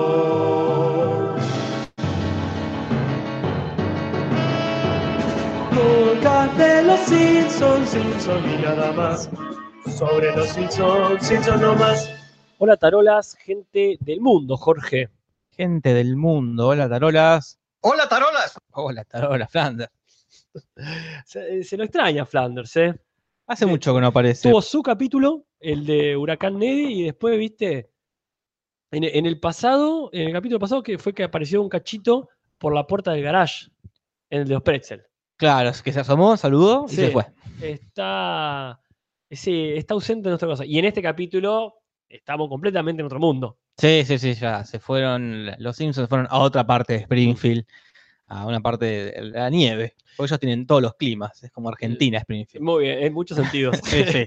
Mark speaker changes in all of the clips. Speaker 1: decisor. Nunca de los Simpsons, Simpson y nada más. Sobre los Simpsons, Simpson no más.
Speaker 2: Hola tarolas, gente del mundo, Jorge.
Speaker 3: Gente del mundo, hola tarolas.
Speaker 4: ¡Hola, tarolas!
Speaker 3: Hola tarolas, Flanders.
Speaker 2: Se, se lo extraña Flanders, ¿eh?
Speaker 3: Hace mucho que no aparece.
Speaker 2: Tuvo su capítulo, el de Huracán Neddy, y después, viste, en, en el pasado, en el capítulo pasado, que fue que apareció un cachito por la puerta del garage, en el de los Pretzel.
Speaker 3: Claro, es que se asomó, saludó y
Speaker 2: Sí.
Speaker 3: se fue.
Speaker 2: Está, sí, está ausente de nuestra cosa. Y en este capítulo estamos completamente en otro mundo.
Speaker 3: Sí, sí, sí, ya se fueron, los Simpsons fueron a otra parte de Springfield, a una parte de la nieve, porque ellos tienen todos los climas, es como Argentina Springfield.
Speaker 2: Muy bien, en muchos sentidos.
Speaker 3: Sí, sí,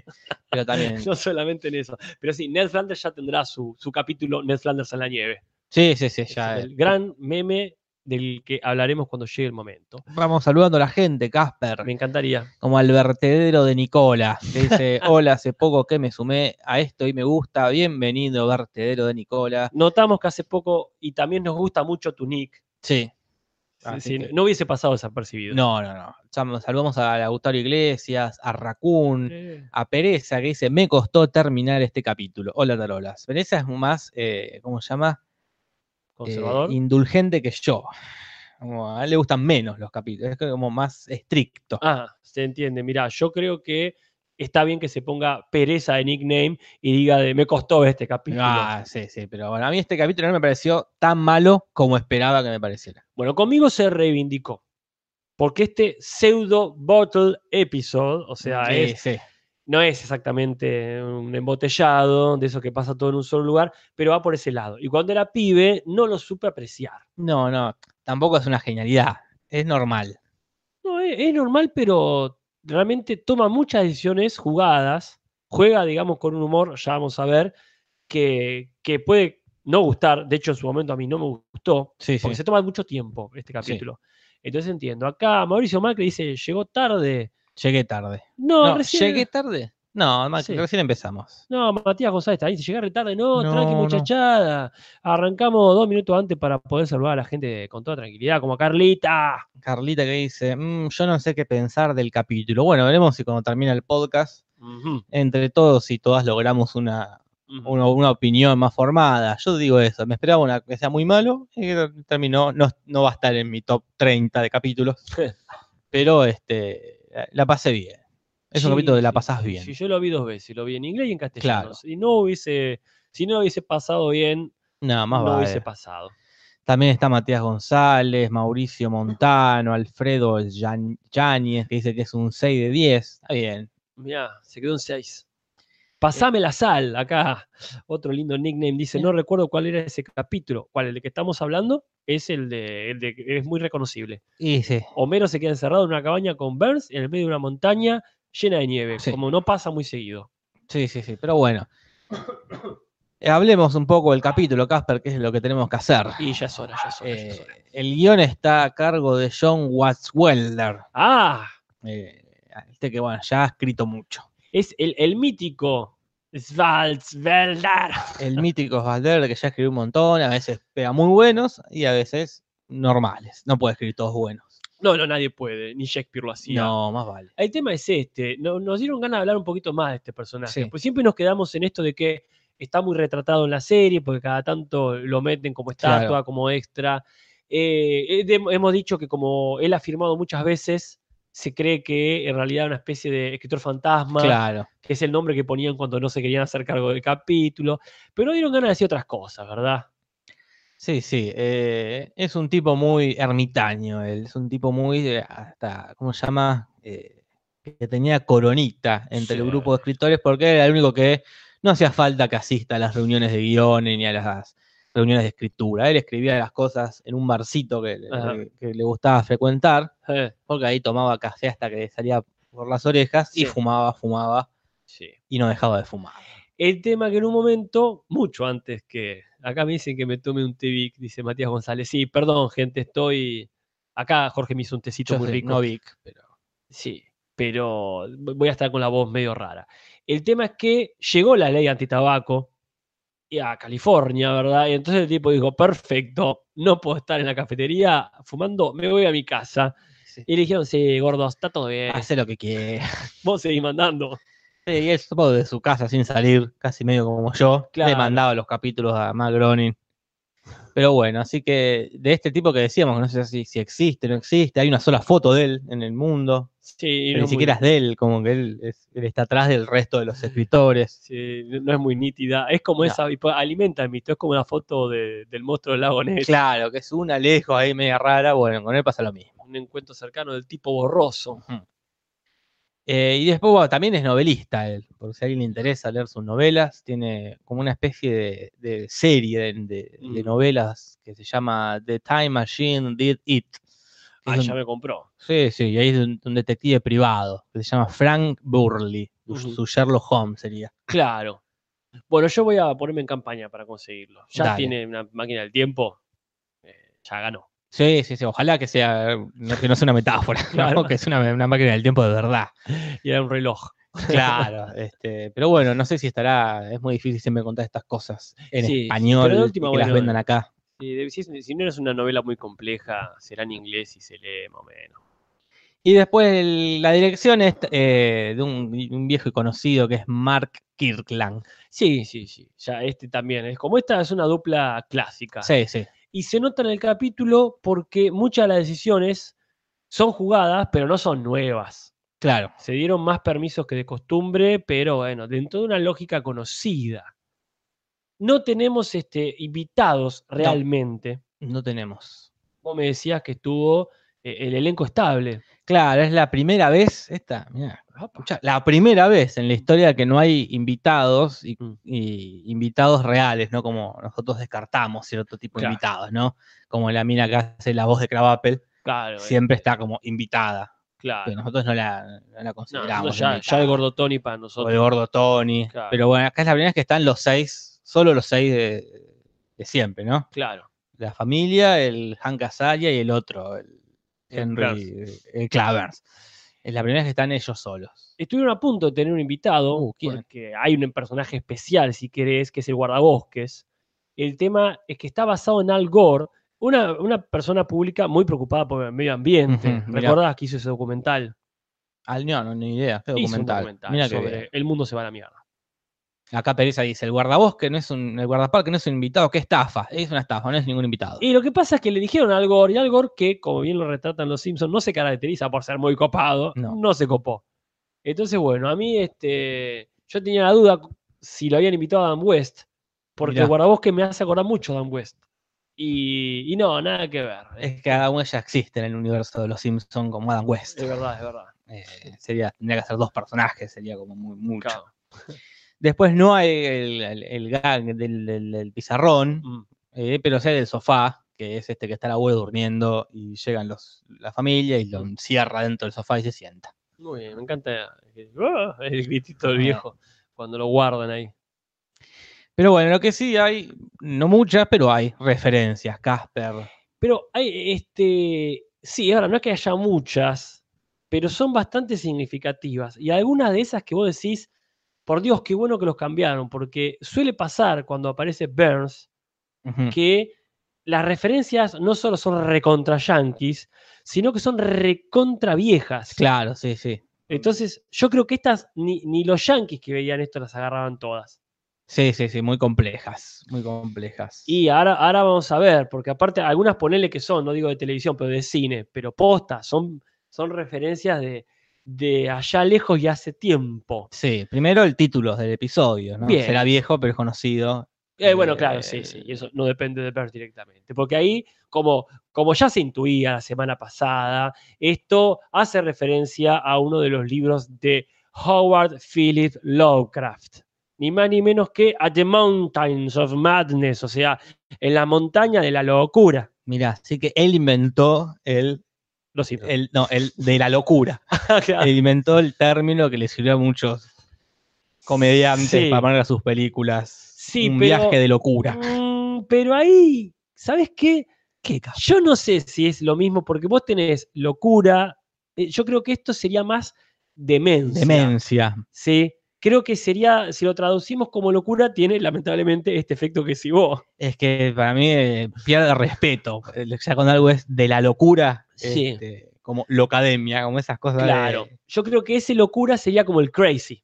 Speaker 3: pero también,
Speaker 2: No solamente en eso. Pero sí, Ned Flanders ya tendrá su, su capítulo Ned Flanders en la nieve.
Speaker 3: sí, sí, sí,
Speaker 2: Es
Speaker 3: ya. eh.
Speaker 2: el gran meme del que hablaremos cuando llegue el momento.
Speaker 3: Vamos saludando a la gente, Casper,
Speaker 2: Me encantaría.
Speaker 3: como al vertedero de Nicola, que dice, hola, hace poco que me sumé a esto y me gusta, bienvenido vertedero de Nicola.
Speaker 2: Notamos que hace poco, y también nos gusta mucho tu nick.
Speaker 3: Sí,
Speaker 2: Sí,
Speaker 3: Así
Speaker 2: sí,
Speaker 3: que-
Speaker 2: No hubiese pasado desapercibido.
Speaker 3: no, no, no, Sam- saludamos a la Gustavo Iglesias, a Raccoon, a Pereza que dice, me costó terminar este capítulo. Hola, Tarolas. Pereza es más, eh, ¿cómo se llama? Eh,
Speaker 2: Conservador.
Speaker 3: indulgente que yo. Como a él le gustan menos los capítulos, es como más estricto.
Speaker 2: Ah, se entiende. Mirá, yo creo que está bien que se ponga pereza de nickname y diga de me costó este capítulo.
Speaker 3: Ah, sí, sí, pero bueno, a mí este capítulo no me pareció tan malo como esperaba que me pareciera.
Speaker 2: Bueno, conmigo se reivindicó. Porque este pseudo bottle episode, o sea,
Speaker 3: Sí,
Speaker 2: Ah, es,
Speaker 3: sí.
Speaker 2: no es exactamente un embotellado de eso que pasa todo en un solo lugar, pero va por ese lado. Y cuando era pibe, no lo supe apreciar.
Speaker 3: No, no, tampoco es una genialidad, es normal.
Speaker 2: No, es, es normal, pero realmente toma muchas decisiones jugadas, juega, digamos, con un humor, ya vamos a ver, que, que puede no gustar, de hecho en su momento a mí no me gustó,
Speaker 3: Sí, sí.
Speaker 2: porque se toma mucho tiempo este capítulo. Entonces entiendo, acá Mauricio Macri dice, llegó tarde.
Speaker 3: Llegué tarde.
Speaker 2: No,
Speaker 3: No,
Speaker 2: recién...
Speaker 3: ¿Llegué tarde? No, Max,
Speaker 2: Sí.
Speaker 3: recién empezamos.
Speaker 2: No, Matías González está ahí, dice, llegar tarde, no,
Speaker 3: No,
Speaker 2: tranqui
Speaker 3: no.
Speaker 2: muchachada. Arrancamos dos minutos antes para poder saludar a la gente con toda tranquilidad, como a Carlita.
Speaker 3: Carlita que dice, "Mm, yo no sé qué pensar del capítulo. Bueno, veremos si cuando termina el podcast,
Speaker 2: Ujú,
Speaker 3: entre todos y todas logramos una,
Speaker 2: ujú.
Speaker 3: una, una opinión más formada. Yo digo eso, me esperaba una, que sea muy malo y que terminó, no, no va a estar en mi top 30 de capítulos, pero este, la pasé bien. Es un
Speaker 2: Sí,
Speaker 3: capítulo de la
Speaker 2: sí,
Speaker 3: pasás
Speaker 2: sí,
Speaker 3: bien.
Speaker 2: sí, yo lo vi dos veces, lo vi en inglés y en castellano.
Speaker 3: Claro.
Speaker 2: Si no hubiese, si no hubiese pasado bien,
Speaker 3: Nada más
Speaker 2: no hubiese
Speaker 3: vale.
Speaker 2: pasado.
Speaker 3: También está Matías González, Mauricio Montano, Alfredo Yan- Yáñez, que dice que es un 6 de 10. Está bien.
Speaker 2: Mirá, se quedó en seis.
Speaker 3: Eh.
Speaker 2: Pasame la sal, acá. Otro lindo nickname dice, no recuerdo cuál era ese capítulo. ¿Cuál? El de que estamos hablando es el de, el de- es muy reconocible.
Speaker 3: Y sí,
Speaker 2: Homero se queda encerrado en una cabaña con Burns en el medio de una montaña llena de nieve,
Speaker 3: Sí.
Speaker 2: como no pasa muy seguido.
Speaker 3: Sí, sí, sí, pero bueno. Eh, Hablemos un poco del capítulo, Casper, que es lo que tenemos que hacer.
Speaker 2: Y ya es hora, ya es hora, ya es
Speaker 3: Eh,
Speaker 2: hora.
Speaker 3: el guión está a cargo de John Wattswelder,
Speaker 2: Ah,
Speaker 3: eh, este que bueno, ya ha escrito mucho.
Speaker 2: es el, el mítico Svaldsveldar.
Speaker 3: El mítico Wattswelder que ya escribió un montón, a veces pega muy buenos y a veces normales. No puede escribir todos buenos.
Speaker 2: No, no, nadie puede, ni Shakespeare lo hacía.
Speaker 3: No, más vale.
Speaker 2: El tema es este, no- nos dieron ganas de hablar un poquito más de este personaje,
Speaker 3: Sí.
Speaker 2: pues siempre nos quedamos en esto de que está muy retratado en la serie, porque cada tanto lo meten como
Speaker 3: Claro.
Speaker 2: estatua, como extra. Eh, eh, de- hemos dicho que como él ha afirmado muchas veces, se cree que en realidad era una especie de escritor fantasma,
Speaker 3: Claro.
Speaker 2: que es el nombre que ponían cuando no se querían hacer cargo del capítulo, pero nos dieron ganas de decir otras cosas, ¿verdad?
Speaker 3: Sí, sí. eh, es un tipo muy ermitaño, él. Es un tipo muy, eh, hasta, ¿cómo se llama? Eh, que tenía coronita entre el
Speaker 2: Sí.
Speaker 3: grupo de escritores porque era el único que no hacía falta que asista a las reuniones de guiones ni a las reuniones de escritura. Él escribía las cosas en un barcito que, le-
Speaker 2: Ajá.
Speaker 3: que- que le gustaba frecuentar
Speaker 2: Eh,
Speaker 3: porque ahí tomaba café hasta que le salía por las orejas
Speaker 2: Sí.
Speaker 3: y fumaba, fumaba
Speaker 2: sí.
Speaker 3: y no dejaba de fumar.
Speaker 2: El tema que en un momento, mucho antes que. Acá me dicen que me tome un té Vic, dice Matías González. Sí, perdón, gente, estoy. Acá Jorge me hizo un tecito
Speaker 3: Yo
Speaker 2: muy
Speaker 3: sé,
Speaker 2: rico.
Speaker 3: no Vic, pero
Speaker 2: Sí, pero voy a estar con la voz medio rara. El tema es que llegó la ley antitabaco y a California, ¿verdad? Y entonces el tipo dijo, perfecto, no puedo estar en la cafetería fumando, me voy a mi casa.
Speaker 3: Sí.
Speaker 2: Y le dijeron, sí, gordo, está todo bien,
Speaker 3: Hace lo que quiere.
Speaker 2: vos seguís mandando.
Speaker 3: Sí, y él supongo de su casa sin salir, casi medio como yo, le
Speaker 2: Claro.
Speaker 3: mandaba los capítulos a Matt Groening. Pero bueno, así que de este tipo que decíamos, no sé si, si existe, no existe, hay una sola foto de él en el mundo,
Speaker 2: Sí,
Speaker 3: pero ni
Speaker 2: no es muy-
Speaker 3: siquiera es de él, como que él, es- él está atrás del resto de los escritores.
Speaker 2: sí, no es muy nítida. Es como
Speaker 3: No.
Speaker 2: esa, y pues alimenta el mito, es como una foto de- del monstruo del lago Ness.
Speaker 3: Claro, que es una lejos ahí media rara, bueno, con él pasa lo mismo.
Speaker 2: Un encuentro cercano del tipo borroso.
Speaker 3: Eh, y después, bueno, también es novelista él, por si a alguien le interesa leer sus novelas, tiene como una especie de, de serie de, de- de
Speaker 2: Mm.
Speaker 3: novelas que se llama The Time Machine Did It. que
Speaker 2: Ah,
Speaker 3: es
Speaker 2: ya
Speaker 3: un-
Speaker 2: me compró.
Speaker 3: Sí, sí, y ahí es de un, un detective privado que se llama Frank Burley, su-
Speaker 2: Ujú.
Speaker 3: su Sherlock Holmes sería.
Speaker 2: Claro. Bueno, yo voy a ponerme en campaña para conseguirlo. Ya
Speaker 3: Dale.
Speaker 2: tiene una máquina del tiempo. eh, ya ganó.
Speaker 3: Sí, sí, sí, ojalá que sea, no- que no sea una metáfora, ¿no?
Speaker 2: Claro.
Speaker 3: que es una, una máquina del tiempo de verdad.
Speaker 2: Y era un reloj.
Speaker 3: Claro, este, pero bueno, no sé si estará, es muy difícil siempre contar estas cosas en
Speaker 2: Sí,
Speaker 3: español
Speaker 2: pero la
Speaker 3: y
Speaker 2: última,
Speaker 3: que las
Speaker 2: bueno,
Speaker 3: vendan acá.
Speaker 2: Sí, de- Si, si no es una novela muy compleja, será en inglés y se lee más o menos.
Speaker 3: Y después el- la dirección es eh, de un, un viejo y conocido que es Mark Kirkland.
Speaker 2: Sí, sí, sí. Ya este también. Es como esta es una dupla clásica.
Speaker 3: Sí, sí.
Speaker 2: Y se nota en el capítulo porque muchas de las decisiones son jugadas, pero no son nuevas.
Speaker 3: Claro.
Speaker 2: Se dieron más permisos que de costumbre, pero bueno, dentro de una lógica conocida. No tenemos este, invitados realmente.
Speaker 3: No tenemos.
Speaker 2: Vos me decías que estuvo eh, el elenco estable.
Speaker 3: Claro, es la primera vez. Esta, mirá,
Speaker 2: Apa.
Speaker 3: escuchá, la primera vez en la historia que no hay invitados y,
Speaker 2: Mm.
Speaker 3: y invitados reales, ¿no? Como nosotros descartamos cierto tipo
Speaker 2: Claro.
Speaker 3: de invitados, ¿no? Como la mina que hace la voz de Cravapel,
Speaker 2: Claro, eh,
Speaker 3: siempre está como invitada.
Speaker 2: claro.
Speaker 3: Pero nosotros no la, no la
Speaker 2: No,
Speaker 3: consideramos.
Speaker 2: no, ya, ya
Speaker 3: invitada.
Speaker 2: el gordo Tony para
Speaker 3: o
Speaker 2: nosotros.
Speaker 3: el gordo Tony.
Speaker 2: Claro.
Speaker 3: Pero bueno, acá es la primera vez que están los seis, solo los seis de, de siempre, ¿no?
Speaker 2: Claro.
Speaker 3: La familia, el Hank Azaria y el otro, el
Speaker 2: El
Speaker 3: Henry el Clavers. Es la primera vez que están ellos solos.
Speaker 2: Estuvieron a punto de tener un invitado,
Speaker 3: Uh, ¿quién?
Speaker 2: porque hay un personaje especial, si querés, que es el guardabosques. El tema es que está basado en Al Gore, una, una persona pública muy preocupada por el medio ambiente.
Speaker 3: Ujú, mirá.
Speaker 2: ¿Recordás que hizo ese documental?
Speaker 3: Al Ah, no, no, ni idea. Qué
Speaker 2: Hizo un
Speaker 3: documental.
Speaker 2: documental
Speaker 3: Mirá que
Speaker 2: sobre
Speaker 3: bien.
Speaker 2: el mundo se va a la mierda.
Speaker 3: Acá Pereza dice: el guardabosque no es un, el guardaparque no es un invitado, qué estafa. Es una estafa, no es ningún invitado.
Speaker 2: Y lo que pasa es que le dijeron a Al Gore, y Al Gore, que como bien lo retratan los Simpsons, no se caracteriza por ser muy copado,
Speaker 3: No.
Speaker 2: no, se copó. Entonces, bueno, a mí este, yo tenía la duda si lo habían invitado a Dan West, porque
Speaker 3: Mirá.
Speaker 2: el guardabosque me hace acordar mucho a Dan West. Y, y no, nada que ver. Es,
Speaker 3: Es que cada uno ya existe en el universo de los Simpsons como Adam West.
Speaker 2: es verdad, es verdad.
Speaker 3: Eh, sería, tendría que ser dos personajes, sería como muy mucho.
Speaker 2: Claro.
Speaker 3: Después no hay el, el- el gag del, del- del pizarrón,
Speaker 2: Mm.
Speaker 3: eh, pero sí hay del sofá, que es este que está el abuelo durmiendo y llegan los, la familia y lo
Speaker 2: Mm.
Speaker 3: encierra dentro del sofá y se sienta.
Speaker 2: Muy bien, me encanta el, ¡ah! el gritito del
Speaker 3: Ah.
Speaker 2: viejo cuando lo guardan ahí.
Speaker 3: Pero bueno, lo que sí hay, no muchas, pero hay referencias. Casper.
Speaker 2: Pero hay este. Sí, ahora no es que haya muchas, pero son bastante significativas. Y algunas de esas que vos decís, por Dios, qué bueno que los cambiaron, porque suele pasar cuando aparece Burns
Speaker 3: Ujú.
Speaker 2: que las referencias no solo son recontra yankees, sino que son recontra viejas.
Speaker 3: Claro, sí, sí.
Speaker 2: Entonces, yo creo que estas, ni, ni los yankees que veían esto las agarraban todas.
Speaker 3: Sí, sí, sí, muy complejas, muy complejas.
Speaker 2: Y ahora, ahora vamos a ver, porque aparte algunas ponele que son, no digo de televisión, pero de cine, pero posta, son, son referencias de, de allá lejos y hace tiempo.
Speaker 3: Sí, primero el título del episodio, ¿no?
Speaker 2: Bien.
Speaker 3: Será viejo, pero es conocido.
Speaker 2: Eh, bueno, claro, sí, sí,
Speaker 3: Eh,
Speaker 2: y eso no depende de Bert directamente, porque ahí, como, como ya se intuía la semana pasada, esto hace referencia a uno de los libros de Howard Philip Lovecraft, ni más ni menos que At the Mountains of Madness, o sea, en la montaña de la locura.
Speaker 3: Mirá, así que él inventó el
Speaker 2: Los Simpsons.
Speaker 3: El, no, el de la locura.
Speaker 2: Claro.
Speaker 3: Él inventó el término que le sirvió a muchos comediantes
Speaker 2: Sí.
Speaker 3: para poner a sus películas.
Speaker 2: Sí,
Speaker 3: un
Speaker 2: pero-
Speaker 3: viaje de locura.
Speaker 2: Mm, pero ahí, ¿sabes qué?
Speaker 3: ¿Qué
Speaker 2: Yo no sé si es lo mismo, porque vos tenés locura. eh, Yo creo que esto sería más demencia.
Speaker 3: Demencia.
Speaker 2: ¿sí? creo que sería, si lo traducimos como locura, tiene lamentablemente este efecto que si vos.
Speaker 3: Es que para mí eh, pierde respeto. Eh, Ya cuando algo es de la locura,
Speaker 2: Sí.
Speaker 3: este, como locademia, como esas cosas. de-
Speaker 2: Claro. Yo creo que ese locura sería como el crazy.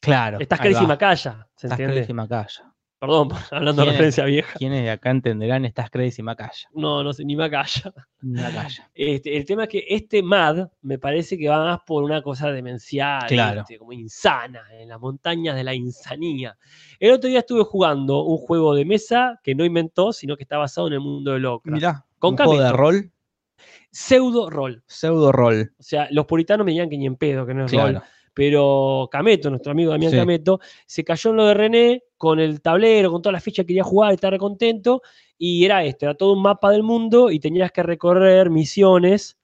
Speaker 3: claro.
Speaker 2: Estás
Speaker 3: ahí
Speaker 2: crazy
Speaker 3: va.
Speaker 2: Macaya, ¿se
Speaker 3: Estás
Speaker 2: entiende?
Speaker 3: crazy Macaya.
Speaker 2: Perdón, por- hablando de
Speaker 3: Bien.
Speaker 2: referencia vieja.
Speaker 3: ¿Quiénes de acá entenderán? Estás crazy Macaya.
Speaker 2: No, no sé, ni Macaya.
Speaker 3: Macaya.
Speaker 2: Este, el tema es que este Mad me parece que va más por una cosa demencial,
Speaker 3: Claro.
Speaker 2: este, como insana, en las montañas de la insanía. El otro día estuve jugando un juego de mesa que no inventó, sino que está basado en el mundo de Lovecraft.
Speaker 3: Mirá,
Speaker 2: Con
Speaker 3: un juego de
Speaker 2: Camelot.
Speaker 3: rol,
Speaker 2: Pseudo rol.
Speaker 3: pseudo rol.
Speaker 2: O sea, los puritanos me dirían que ni en pedo, que no es rol.
Speaker 3: Claro.
Speaker 2: pero Cameto, nuestro amigo Damián
Speaker 3: Sí.
Speaker 2: Cameto, se cayó en lo de René con el tablero, con todas las fichas que quería jugar, estar contento, y era esto, era todo un mapa del mundo y tenías que recorrer misiones,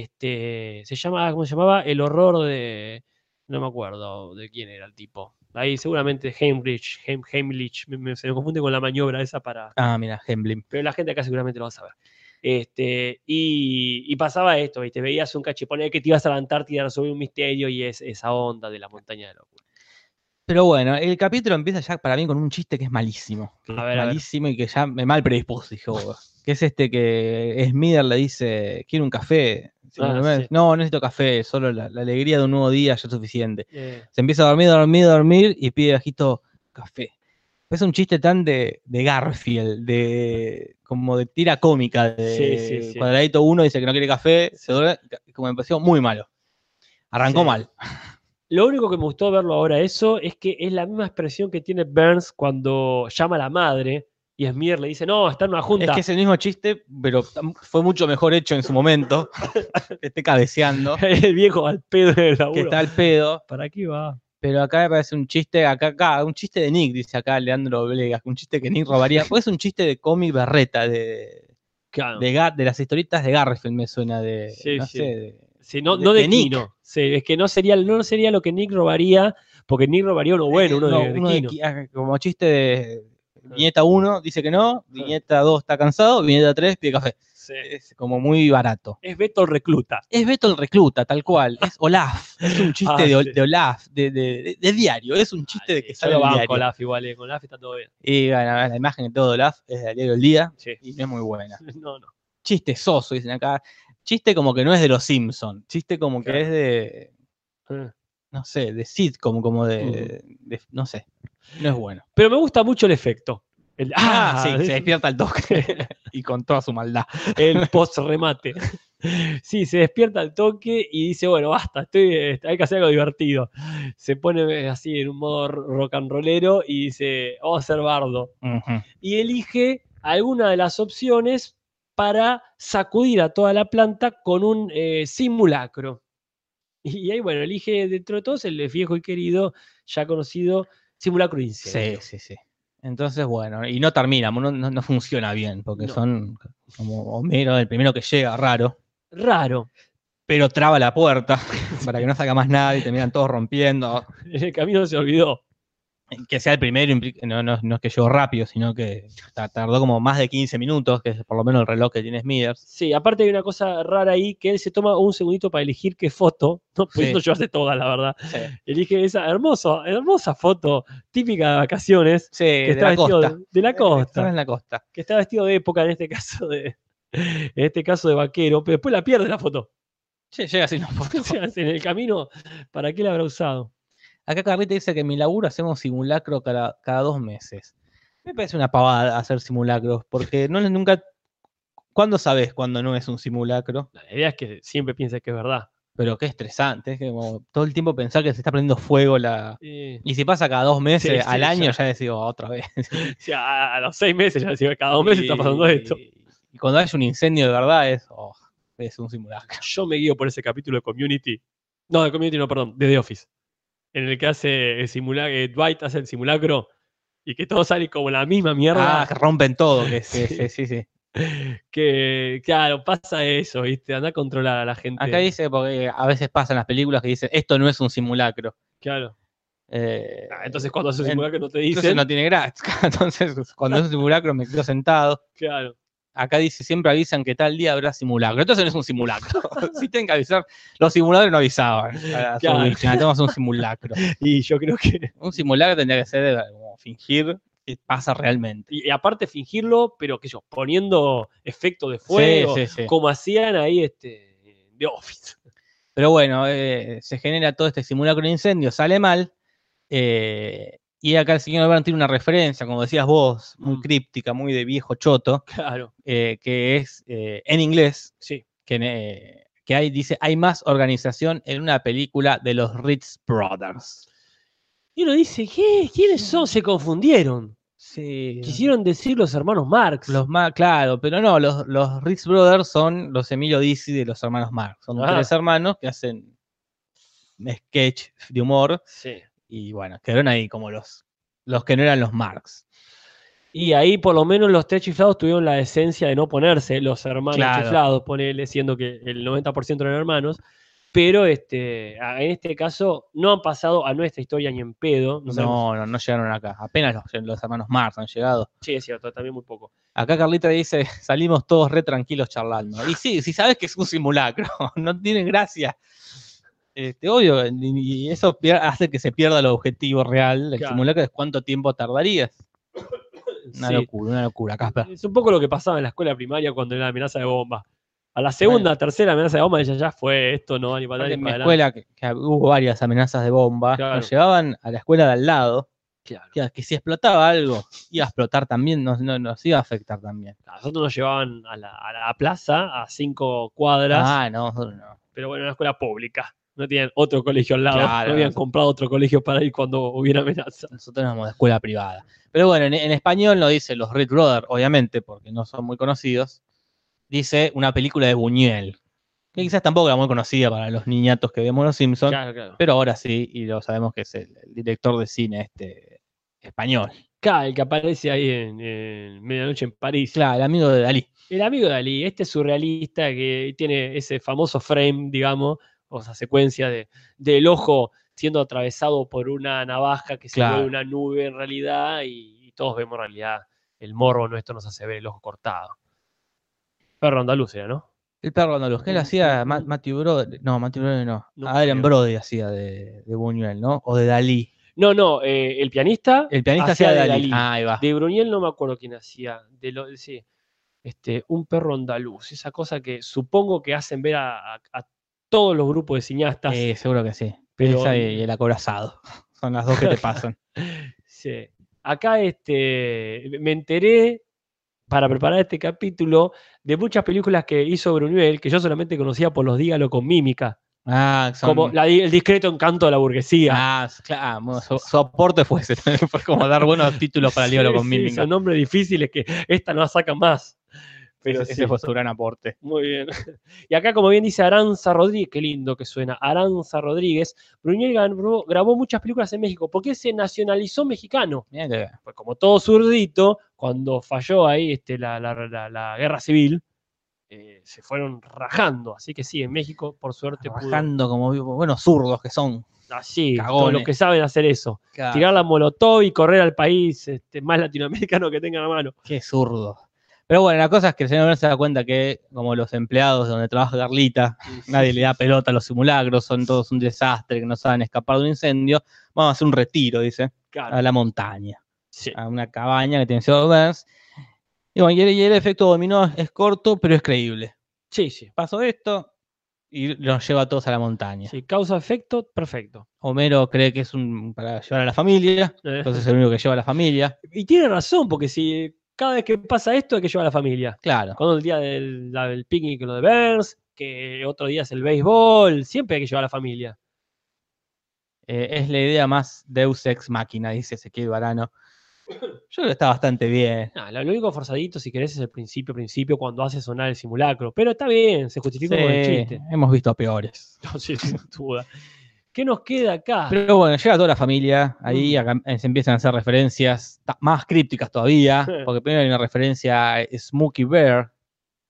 Speaker 2: este, se llama, ¿cómo se llamaba? El horror de, no me acuerdo de quién era el tipo, ahí seguramente Heimlich, Heim- Heimlich, me- me- se me confunde con la maniobra esa para,
Speaker 3: Ah, mira, Hemblin.
Speaker 2: pero la gente acá seguramente lo va a saber. Este, y, y pasaba esto, ¿viste? Veías un cachipone que te ibas a la Antártida a resolver un misterio y es esa onda de la montaña de locura.
Speaker 3: Pero bueno, el capítulo empieza ya para mí con un chiste que es malísimo. que
Speaker 2: A
Speaker 3: es
Speaker 2: ver, a ver.
Speaker 3: malísimo y que ya me mal predispuse, dije, "Oh", Que es este que Smither le dice, quiero un café.
Speaker 2: Ah,
Speaker 3: Señor Burns,
Speaker 2: sí.
Speaker 3: No, no necesito café, solo la, la alegría de un nuevo día ya es suficiente.
Speaker 2: Eh,
Speaker 3: Se empieza a dormir, dormir, dormir y pide bajito café. Es un chiste tan de, de Garfield, de como de tira cómica, de
Speaker 2: Sí, sí, sí.
Speaker 3: cuadradito uno dice que no quiere café, se duerme, como me pareció muy malo. Arrancó
Speaker 2: Sí.
Speaker 3: mal.
Speaker 2: Lo único que me gustó verlo ahora eso es que es la misma expresión que tiene Burns cuando llama a la madre y Smear le dice, no, está en una
Speaker 3: Es
Speaker 2: junta.
Speaker 3: que es el mismo chiste, pero tam- fue mucho mejor hecho en su momento. que esté cabeceando,
Speaker 2: el viejo al pedo del
Speaker 3: que
Speaker 2: laburo.
Speaker 3: está al pedo.
Speaker 2: ¿Para qué va?
Speaker 3: Pero acá me parece un chiste, acá, acá, un chiste de Nick, dice acá Leandro Blegas, un chiste que Nick robaría. Pues es un chiste de cómic berreta, de,
Speaker 2: Claro.
Speaker 3: de, Ga- de las historietas de Garfield, me suena de.
Speaker 2: Ah. Sí,
Speaker 3: no
Speaker 2: sí.
Speaker 3: sé, de-
Speaker 2: Sí, no,
Speaker 3: de-
Speaker 2: no de,
Speaker 3: de Nick.
Speaker 2: Kino. Sí, es que no sería, no sería lo que Nick robaría, porque Nick robaría uno bueno, uno,
Speaker 3: Eh, no,
Speaker 2: de, Ah. de
Speaker 3: uno de
Speaker 2: Kino.
Speaker 3: Ki- ah, Como chiste de. Viñeta 1 dice que
Speaker 2: Ah.
Speaker 3: no, viñeta 2 está cansado, viñeta 3 pide café.
Speaker 2: Sí.
Speaker 3: Es como muy barato.
Speaker 2: Es Beto el recluta.
Speaker 3: Es Beto el recluta, tal cual. Es Olaf. Es un chiste
Speaker 2: Ah,
Speaker 3: de, Ol-
Speaker 2: sí. Ah,
Speaker 3: de Olaf, de, de- de- de diario. Es un chiste de que sale
Speaker 2: Yo lo
Speaker 3: del
Speaker 2: banco
Speaker 3: diario.
Speaker 2: Olaf igual, eh, con Olaf está todo bien.
Speaker 3: Y bueno, la imagen de todo de Olaf es del diario El Día
Speaker 2: Sí.
Speaker 3: y no es muy buena.
Speaker 2: No, no.
Speaker 3: Chiste soso, dicen acá. Chiste como que no es de los Simpsons. Chiste como que
Speaker 2: Claro.
Speaker 3: es de,
Speaker 2: Eh.
Speaker 3: no sé, de sitcom, como de,
Speaker 2: Mm.
Speaker 3: de- no sé. No es bueno.
Speaker 2: Pero me gusta mucho el efecto. El,
Speaker 3: Ah,
Speaker 2: ah,
Speaker 3: sí, se despierta al toque. y con toda su maldad.
Speaker 2: el post remate. Sí, se despierta al toque y dice, bueno, basta, estoy, eh, hay que hacer algo divertido. Se pone eh, así en un modo ro- rock and rollero y dice, vamos a ser bardo.
Speaker 3: Ujú.
Speaker 2: y elige alguna de las opciones para sacudir a toda la planta con un eh, simulacro. Y ahí, bueno, elige dentro de todos el viejo y querido, ya conocido, simulacro de
Speaker 3: Sí,
Speaker 2: incendio.
Speaker 3: sí, sí. Entonces, bueno, y no termina, no, no- no funciona bien, porque
Speaker 2: No.
Speaker 3: son como Homero, el primero que llega, raro,
Speaker 2: Raro.
Speaker 3: pero traba la puerta para que no salga más nadie, terminan todos rompiendo.
Speaker 2: En el camino se olvidó.
Speaker 3: Que sea el primero, impli- no, no- no es que llegó rápido, sino que ta- tardó como más de 15 minutos, que es por lo menos el reloj que tiene Smithers.
Speaker 2: Sí, aparte hay una cosa rara ahí, que él se toma un segundito para elegir qué foto, no pudiendo llevarse todas, la verdad. Elige esa hermosa, hermosa foto típica de vacaciones.
Speaker 3: Sí,
Speaker 2: Que
Speaker 3: Eh, de
Speaker 2: está
Speaker 3: la
Speaker 2: vestido
Speaker 3: costa. Eh,
Speaker 2: de- de la costa.
Speaker 3: Estaba en la costa.
Speaker 2: que está vestido de época en este caso de en este caso de vaquero, pero después la pierde la foto.
Speaker 3: Che, llega sin una
Speaker 2: O
Speaker 3: foto.
Speaker 2: sea, en el camino, ¿para qué la habrá usado?
Speaker 3: Acá Carlita dice que en mi laburo hacemos simulacro cada, cada dos meses. Me parece una pavada hacer simulacros, porque no les nunca. ¿Cuándo sabes cuándo no es un simulacro?
Speaker 2: La idea es que siempre piensa que es verdad.
Speaker 3: Pero qué estresante, es que como todo el tiempo pensar que se está prendiendo fuego la.
Speaker 2: Eh,
Speaker 3: Y si pasa cada dos meses
Speaker 2: Sí, sí,
Speaker 3: al año,
Speaker 2: ya.
Speaker 3: ya, decís, "Oh, otra vez.
Speaker 2: o sea, a, a los seis meses, ya decía, cada dos meses está pasando esto.
Speaker 3: Y, y cuando hay un incendio de verdad, es, "Oh, es un simulacro.
Speaker 2: Yo me guío por ese capítulo de Community. No, de Community no, perdón, de The Office. En el que hace el simulacro, Dwight hace el simulacro y que todo sale como la misma mierda.
Speaker 3: Ah, que rompen todo. Que, sí, sí,
Speaker 2: Sí.
Speaker 3: sí, sí.
Speaker 2: Que, claro, pasa eso, ¿viste? Anda a controlar a la gente.
Speaker 3: Acá dice, porque a veces pasan las películas que dicen, esto no es un simulacro.
Speaker 2: Claro.
Speaker 3: Eh,
Speaker 2: Ah, entonces, cuando hace el
Speaker 3: en-
Speaker 2: simulacro, no te
Speaker 3: Entonces
Speaker 2: dicen.
Speaker 3: no tiene gracia. Entonces, cuando es un simulacro me quedo sentado.
Speaker 2: Claro.
Speaker 3: Acá dice, siempre avisan que tal día habrá simulacro. Entonces no es un simulacro. si tienen que avisar, los simuladores no avisaban. a la
Speaker 2: Claro.
Speaker 3: subdirección, Tenemos un simulacro.
Speaker 2: Y yo creo que.
Speaker 3: Un simulacro tendría que ser eh, como fingir que pasa realmente.
Speaker 2: Y, y aparte fingirlo, pero que yo, poniendo efecto de fuego,
Speaker 3: Sí, sí, sí.
Speaker 2: como hacían ahí este, de Office.
Speaker 3: Pero bueno, eh, se genera todo este simulacro de incendio, sale mal. eh, y acá el señor Albarn tiene una referencia, como decías vos, muy
Speaker 2: Mm.
Speaker 3: críptica, muy de viejo choto,
Speaker 2: Claro,
Speaker 3: eh, que es eh, en inglés,
Speaker 2: sí.
Speaker 3: que, en, eh, que hay, dice, hay más organización en una película de los Ritz Brothers.
Speaker 2: Y uno dice, ¿qué? ¿Quiénes son? Se confundieron.
Speaker 3: Sí.
Speaker 2: Quisieron decir los hermanos Marx.
Speaker 3: Los más, claro, pero no, los, los Ritz Brothers son los Emilio Dizzy de los hermanos Marx. Son
Speaker 2: Ah.
Speaker 3: tres hermanos que hacen sketch de humor
Speaker 2: Sí.
Speaker 3: y bueno, quedaron ahí como los, los que no eran los Marx.
Speaker 2: Y ahí por lo menos los tres chiflados tuvieron la decencia de no ponerse los hermanos
Speaker 3: Claro.
Speaker 2: chiflados, ponele, siendo que el 90% eran hermanos. Pero este, a- en este caso no han pasado a nuestra historia ni en pedo. No, sabemos-
Speaker 3: No, no, no llegaron acá. Apenas los, los hermanos Marx han llegado.
Speaker 2: Sí, es cierto, también muy poco.
Speaker 3: Acá Carlita dice, salimos todos re tranquilos charlando. Y sí, si sabes que es un simulacro, no tienen gracia. Este, obvio, y y eso pier- hace que se pierda el objetivo real del
Speaker 2: Claro.
Speaker 3: simulacro, es cuánto tiempo tardarías. Una
Speaker 2: Sí.
Speaker 3: locura, una locura, Casper.
Speaker 2: Es un poco lo que pasaba en la escuela primaria cuando era la amenaza de bomba. A la segunda, tercera amenaza de bomba, ella ya fue esto, no, ni para
Speaker 3: Aparte,
Speaker 2: atrás,
Speaker 3: En mi
Speaker 2: ni para adelante.
Speaker 3: escuela, que, que hubo varias amenazas de bomba,
Speaker 2: Claro.
Speaker 3: nos llevaban a la escuela de al lado,
Speaker 2: Claro.
Speaker 3: que, que si explotaba algo, iba a explotar también, nos, no- nos iba a afectar también.
Speaker 2: A nosotros nos llevaban a la, a la plaza, a cinco cuadras,
Speaker 3: Ah, no, nosotros no.
Speaker 2: pero bueno, era una escuela pública. No tenían otro colegio al lado,
Speaker 3: Claro,
Speaker 2: no habían
Speaker 3: no.
Speaker 2: comprado otro colegio para ir cuando hubiera amenaza.
Speaker 3: Nosotros éramos de escuela privada. Pero bueno, en, en español no dice los Red Brothers, obviamente, porque no son muy conocidos. Dice una película de Buñuel, que quizás tampoco era muy conocida para los niñatos que vemos los Simpsons,
Speaker 2: Claro, claro.
Speaker 3: pero ahora sí, y lo sabemos que es el, el director de cine este español.
Speaker 2: Acá, el que aparece ahí en, en Medianoche en París.
Speaker 3: Claro, el amigo de Dalí.
Speaker 2: El amigo de Dalí, este surrealista que tiene ese famoso frame, digamos, o esa secuencia de, del ojo siendo atravesado por una navaja que se
Speaker 3: Claro.
Speaker 2: vuelve una nube en realidad y, y todos vemos en realidad el morbo nuestro nos hace ver el ojo cortado. Perro andaluz era, ¿no?
Speaker 3: El perro andaluz, que lo hacía Ma- Matthew Brody, no, Matthew Brody no, Ah,
Speaker 2: No
Speaker 3: Adrian
Speaker 2: creo.
Speaker 3: Brody hacía de, de Buñuel, ¿no? O de Dalí.
Speaker 2: No, no, eh, el pianista,
Speaker 3: El pianista
Speaker 2: Hacía
Speaker 3: hacía de
Speaker 2: de
Speaker 3: Dalí.
Speaker 2: Dalí.
Speaker 3: Ah, ahí va.
Speaker 2: de Bruniel no me acuerdo quién hacía, de lo, sí, este, un perro andaluz, esa cosa que supongo que hacen ver a, a- a todos los grupos de cineastas.
Speaker 3: Eh, seguro que sí.
Speaker 2: Pero-
Speaker 3: Esa y, y el acorazado. Son las dos que te pasan.
Speaker 2: Sí. Acá este, me enteré para preparar este capítulo de muchas películas que hizo Bruñuel, que yo solamente conocía por los Dígalo con mímica,
Speaker 3: Ah, son-
Speaker 2: como la di- El discreto encanto de la burguesía.
Speaker 3: Ah, s- claro, bueno, su, su aporte fue ese. Fue como dar buenos títulos para el libro
Speaker 2: Sí,
Speaker 3: con
Speaker 2: sí,
Speaker 3: mímica.
Speaker 2: Son nombres difíciles que esta no la saca más. Pero
Speaker 3: ese,
Speaker 2: sí,
Speaker 3: ese fue su gran aporte.
Speaker 2: muy bien. Y acá, como bien dice Aranza Rodríguez, qué lindo que suena, Aranza Rodríguez, Bruñuel grabó, grabó muchas películas en México porque se nacionalizó mexicano.
Speaker 3: Mirá que-
Speaker 2: pues como todo zurdito, cuando falló ahí este, la, la- la- la guerra civil, eh, se fueron rajando. Así que sí, en México, por suerte, pudo.
Speaker 3: Bajando como vivo- buenos zurdos que son.
Speaker 2: Así,
Speaker 3: Cagones.
Speaker 2: los que saben hacer eso. Tirar la molotov y correr al país este, más latinoamericano que tenga la mano.
Speaker 3: Qué zurdos. Pero bueno, la cosa es que el señor Burns se da cuenta que, como los empleados donde trabaja Carlita, nadie le da pelota a los simulacros, son todos un desastre, que no saben escapar de un incendio, vamos a hacer un retiro, dice,
Speaker 2: Claro,
Speaker 3: a la montaña.
Speaker 2: sí.
Speaker 3: a una cabaña que tiene Ciudad Burns. Y bueno, y el, y el efecto dominó es corto, pero es creíble.
Speaker 2: sí, sí.
Speaker 3: Pasó esto y los lleva a todos a la montaña.
Speaker 2: Sí, causa-efecto, perfecto.
Speaker 3: Homero cree que es un para llevar a la familia,
Speaker 2: Eh,
Speaker 3: entonces es el único que lleva a la familia.
Speaker 2: Y tiene razón, porque si cada vez que pasa esto hay que llevar a la familia.
Speaker 3: Claro.
Speaker 2: Cuando el día del, la- del picnic, lo de Burns, que otro día es el béisbol, siempre hay que llevar a la familia.
Speaker 3: Eh, es la idea más Deus ex máquina, dice Ezequiel Varano. Yo creo que está bastante bien.
Speaker 2: Nah, Ah, lo, lo único forzadito, si querés, es el principio, principio, cuando hace sonar el simulacro. Pero está bien, se justifica con el
Speaker 3: Sí,
Speaker 2: chiste.
Speaker 3: hemos visto peores.
Speaker 2: No, sí, sin duda. ¿Qué nos queda acá?
Speaker 3: Pero bueno, llega toda la familia,
Speaker 2: Mm.
Speaker 3: ahí acá, eh, se empiezan a hacer referencias ta- más crípticas todavía, porque primero hay una referencia a Smokey Bear,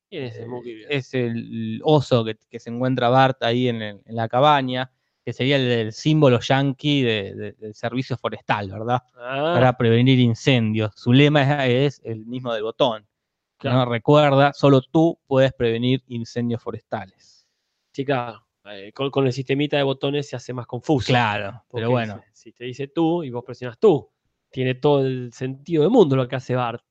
Speaker 2: ¿Quién es el
Speaker 3: eh,
Speaker 2: Smokey Bear?
Speaker 3: es el oso que, que se encuentra Bart ahí en, el- en la cabaña, que sería el, el símbolo yanqui de- de- del servicio forestal, ¿verdad?
Speaker 2: Ah,
Speaker 3: Para prevenir incendios. Su lema es, es el mismo del botón. No recuerda, solo tú puedes prevenir incendios forestales.
Speaker 2: Chica, eh, con, con el sistemita de botones se hace más confuso.
Speaker 3: Claro,
Speaker 2: Porque
Speaker 3: pero bueno.
Speaker 2: dice, Si, te dice tú y vos presionas tú, tiene todo el sentido del mundo lo que hace Bart.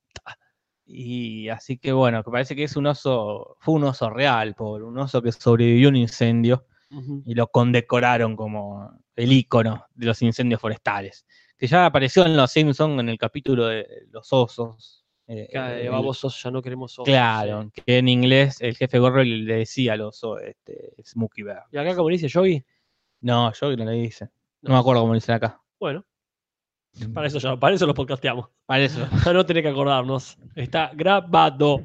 Speaker 3: Y así que bueno, que parece que es un oso, fue un oso real, pobre, un oso que sobrevivió a un incendio
Speaker 2: Ujú.
Speaker 3: y lo condecoraron como el ícono de los incendios forestales. Que ya apareció en Los Simpsons en el capítulo de los osos. eh,
Speaker 2: Acá, eh,
Speaker 3: el-
Speaker 2: vamos, sos, ya no queremos sos.
Speaker 3: Claro, que en inglés el jefe gorro le le decía al oso este, Smokey Bear.
Speaker 2: Y acá, como dice Yogi,
Speaker 3: No, yo no le dice. No,
Speaker 2: No.
Speaker 3: me acuerdo cómo le dicen acá. Mm.
Speaker 2: bueno, para eso, ya, para eso los podcasteamos.
Speaker 3: Para eso.
Speaker 2: Para no tener que acordarnos. Está grabado.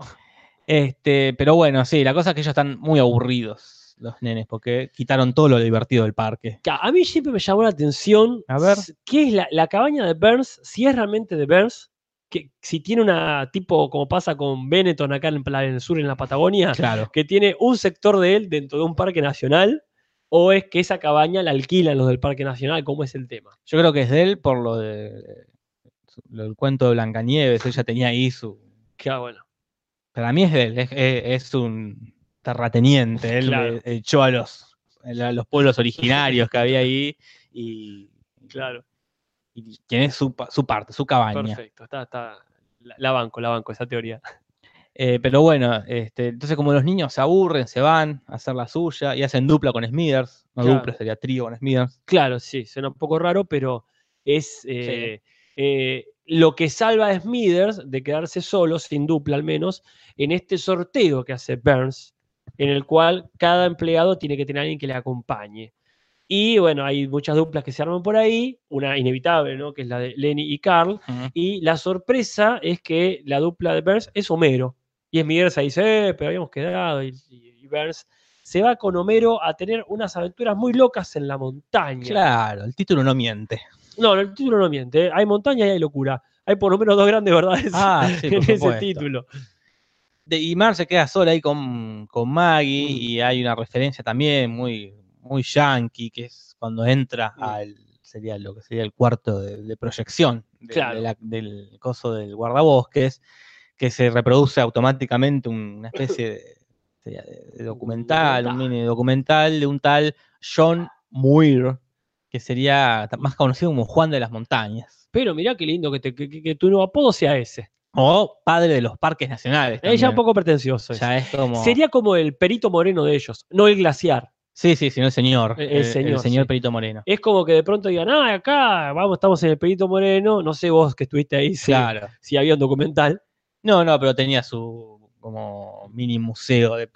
Speaker 3: Este, pero bueno, sí, la cosa es que ellos están muy aburridos, los nenes, porque quitaron todo lo divertido del parque.
Speaker 2: Ca- A mí siempre me llamó la atención.
Speaker 3: A ver.
Speaker 2: s- ¿Qué es la, la cabaña de Burns? Si es realmente de Burns, que si tiene una tipo como pasa con Benetton acá en, pla- en el sur, en la Patagonia,
Speaker 3: Claro.
Speaker 2: que tiene un sector de él dentro de un parque nacional, o es que esa cabaña la alquilan los del parque nacional, ¿cómo es el tema?
Speaker 3: Yo creo que es de él por lo de su- lo del cuento de Blancanieves. Ella tenía ahí su.
Speaker 2: Que ah, bueno.
Speaker 3: Para mí es de él, es, es- es un terrateniente. Él
Speaker 2: Claro.
Speaker 3: eh, echó a los, a los pueblos originarios que había ahí y,
Speaker 2: Claro,
Speaker 3: y tiene su, pa- su parte, su cabaña.
Speaker 2: perfecto. Está, está. La, la banco, la banco, esa teoría.
Speaker 3: Eh, pero bueno, este, entonces como los niños se aburren, se van a hacer la suya y hacen dupla con Smithers, no
Speaker 2: Claro.
Speaker 3: dupla, sería trío con Smithers.
Speaker 2: Claro, sí, suena un poco raro, pero es eh, eh, lo que salva a Smithers de quedarse solo, sin dupla al menos, en este sorteo que hace Burns, en el cual cada empleado tiene que tener a alguien que le acompañe. Y bueno, hay muchas duplas que se arman por ahí, una inevitable, ¿no? Que es la de Lenny y Carl. Y la sorpresa es que la dupla de Burns es Homero. Y Smithers ahí dice, eh, pero habíamos quedado. Y, y- y Burns se va con Homero a tener unas aventuras muy locas en la montaña.
Speaker 3: Claro, el título no miente.
Speaker 2: No, el título no miente. ¿eh? Hay montaña y hay locura. Hay por lo menos dos grandes verdades
Speaker 3: Ah, sí, por
Speaker 2: en ese
Speaker 3: supuesto.
Speaker 2: título.
Speaker 3: De- y Mar se queda sola ahí con, con Maggie
Speaker 2: Mm.
Speaker 3: y hay una referencia también muy, muy yankee, que es cuando entra
Speaker 2: Mm.
Speaker 3: al, sería lo que sería el cuarto de, de proyección de- de
Speaker 2: Claro.
Speaker 3: la- del coso del guardabosques, que se reproduce automáticamente una especie de, sería de- de documental, un
Speaker 2: documental.
Speaker 3: mini documental de un tal John Muir, que sería ta- más conocido como Juan de las Montañas,
Speaker 2: Pero mirá qué lindo que, te- que- que- que tu nuevo apodo sea ese.
Speaker 3: o padre de los parques nacionales.
Speaker 2: Es ya un
Speaker 3: también.
Speaker 2: poco pretencioso. ese.
Speaker 3: Ya es como...
Speaker 2: Sería como el perito moreno de ellos, no el glaciar.
Speaker 3: Sí, sí, sino el señor.
Speaker 2: El-
Speaker 3: El,
Speaker 2: el señor,
Speaker 3: el señor
Speaker 2: sí.
Speaker 3: Perito Moreno.
Speaker 2: Es como que de pronto digan, ah, acá, vamos, estamos en el perito moreno. No sé vos que estuviste ahí si,
Speaker 3: Claro.
Speaker 2: si había un documental.
Speaker 3: No, no, pero tenía su como mini museo de,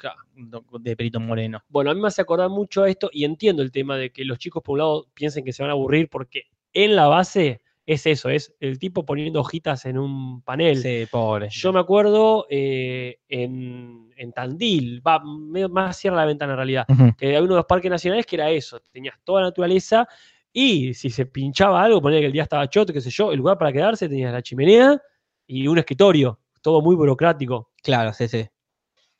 Speaker 3: de Perito Moreno.
Speaker 2: Bueno, a mí me hace acordar mucho a esto y entiendo el tema de que los chicos por un lado piensen que se van a aburrir porque en la base es eso, es el tipo poniendo hojitas en un panel.
Speaker 3: Sí, pobre.
Speaker 2: Yo me acuerdo eh, en, en Tandil, va me- más cierra la ventana en realidad,
Speaker 3: Ujú.
Speaker 2: que había uno de los parques nacionales que era eso, tenías toda la naturaleza y si se pinchaba algo, ponía que el día estaba choto, qué sé yo, el lugar para quedarse tenías la chimenea y un escritorio, todo muy burocrático.
Speaker 3: Claro, sí, sí.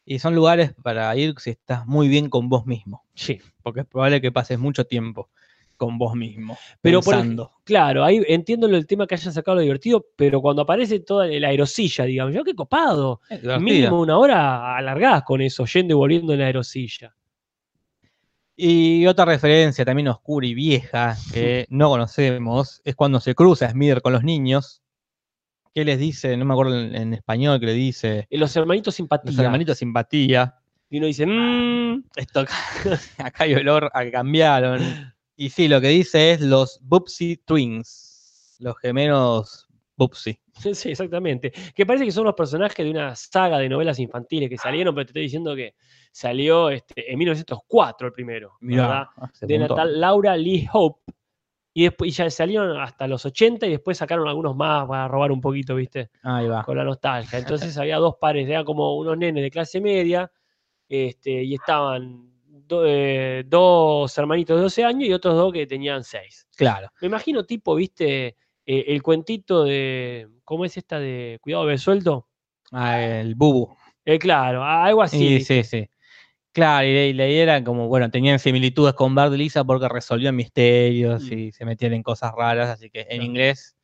Speaker 3: Y son lugares para ir si estás muy bien con vos mismo.
Speaker 2: Sí.
Speaker 3: Porque es probable que pases mucho tiempo con vos mismo.
Speaker 2: Pero por ej-
Speaker 3: pensando.
Speaker 2: Claro, ahí entiendo el tema que hayan sacado lo divertido, pero cuando aparece toda la aerosilla, digamos, yo qué copado,
Speaker 3: Es divertido.
Speaker 2: mínimo una hora alargás con eso, yendo y volviendo en la aerosilla.
Speaker 3: Y otra referencia también oscura y vieja que no conocemos es cuando se cruza Smither con los niños. ¿Qué les dice? No me acuerdo en, en español que le dice.
Speaker 2: Y Eh, Los hermanitos
Speaker 3: Los
Speaker 2: simpatía.
Speaker 3: hermanitos simpatía.
Speaker 2: Y uno dice, mmm,
Speaker 3: Esto acá, acá hay olor a que cambiaron. Y sí, lo que dice es los Bubsy Twins. Los gemelos Bubsy.
Speaker 2: Sí, exactamente. Que parece que son los personajes de una saga de novelas infantiles que salieron, pero te estoy diciendo que salió este, en 1904 el primero, ¿verdad?
Speaker 3: hace
Speaker 2: De la
Speaker 3: montón.
Speaker 2: tal Laura Lee Hope. Y, después, y ya salieron hasta los 80 y después sacaron algunos más para robar un poquito, ¿viste?
Speaker 3: Ahí va.
Speaker 2: Con la nostalgia. Entonces había dos pares, eran como unos nenes de clase media este, y estaban do- eh, dos hermanitos de 12 años y otros dos que tenían 6.
Speaker 3: Claro.
Speaker 2: Me imagino tipo, viste, Eh, el cuentito de, ¿cómo es esta de Cuidado Besuelto?
Speaker 3: Ah, el Bubu.
Speaker 2: Eh, claro, a- algo
Speaker 3: Sí,
Speaker 2: así.
Speaker 3: sí, sí. Claro, y la- y la idea era como, bueno, tenían similitudes con Bart y Lisa porque resolvían misterios
Speaker 2: Mm.
Speaker 3: y se metían en cosas raras, así que en
Speaker 2: Claro.
Speaker 3: inglés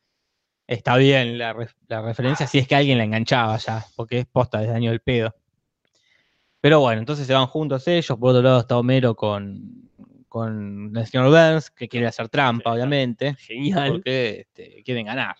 Speaker 3: Está bien la, ref- la referencia si es que alguien la enganchaba ya, porque es posta desde año del pedo. Pero bueno, entonces se van juntos ellos. Por otro lado está Homero con, con el señor Burns, que quiere hacer trampa, obviamente,
Speaker 2: Genial.
Speaker 3: porque este, quieren ganar.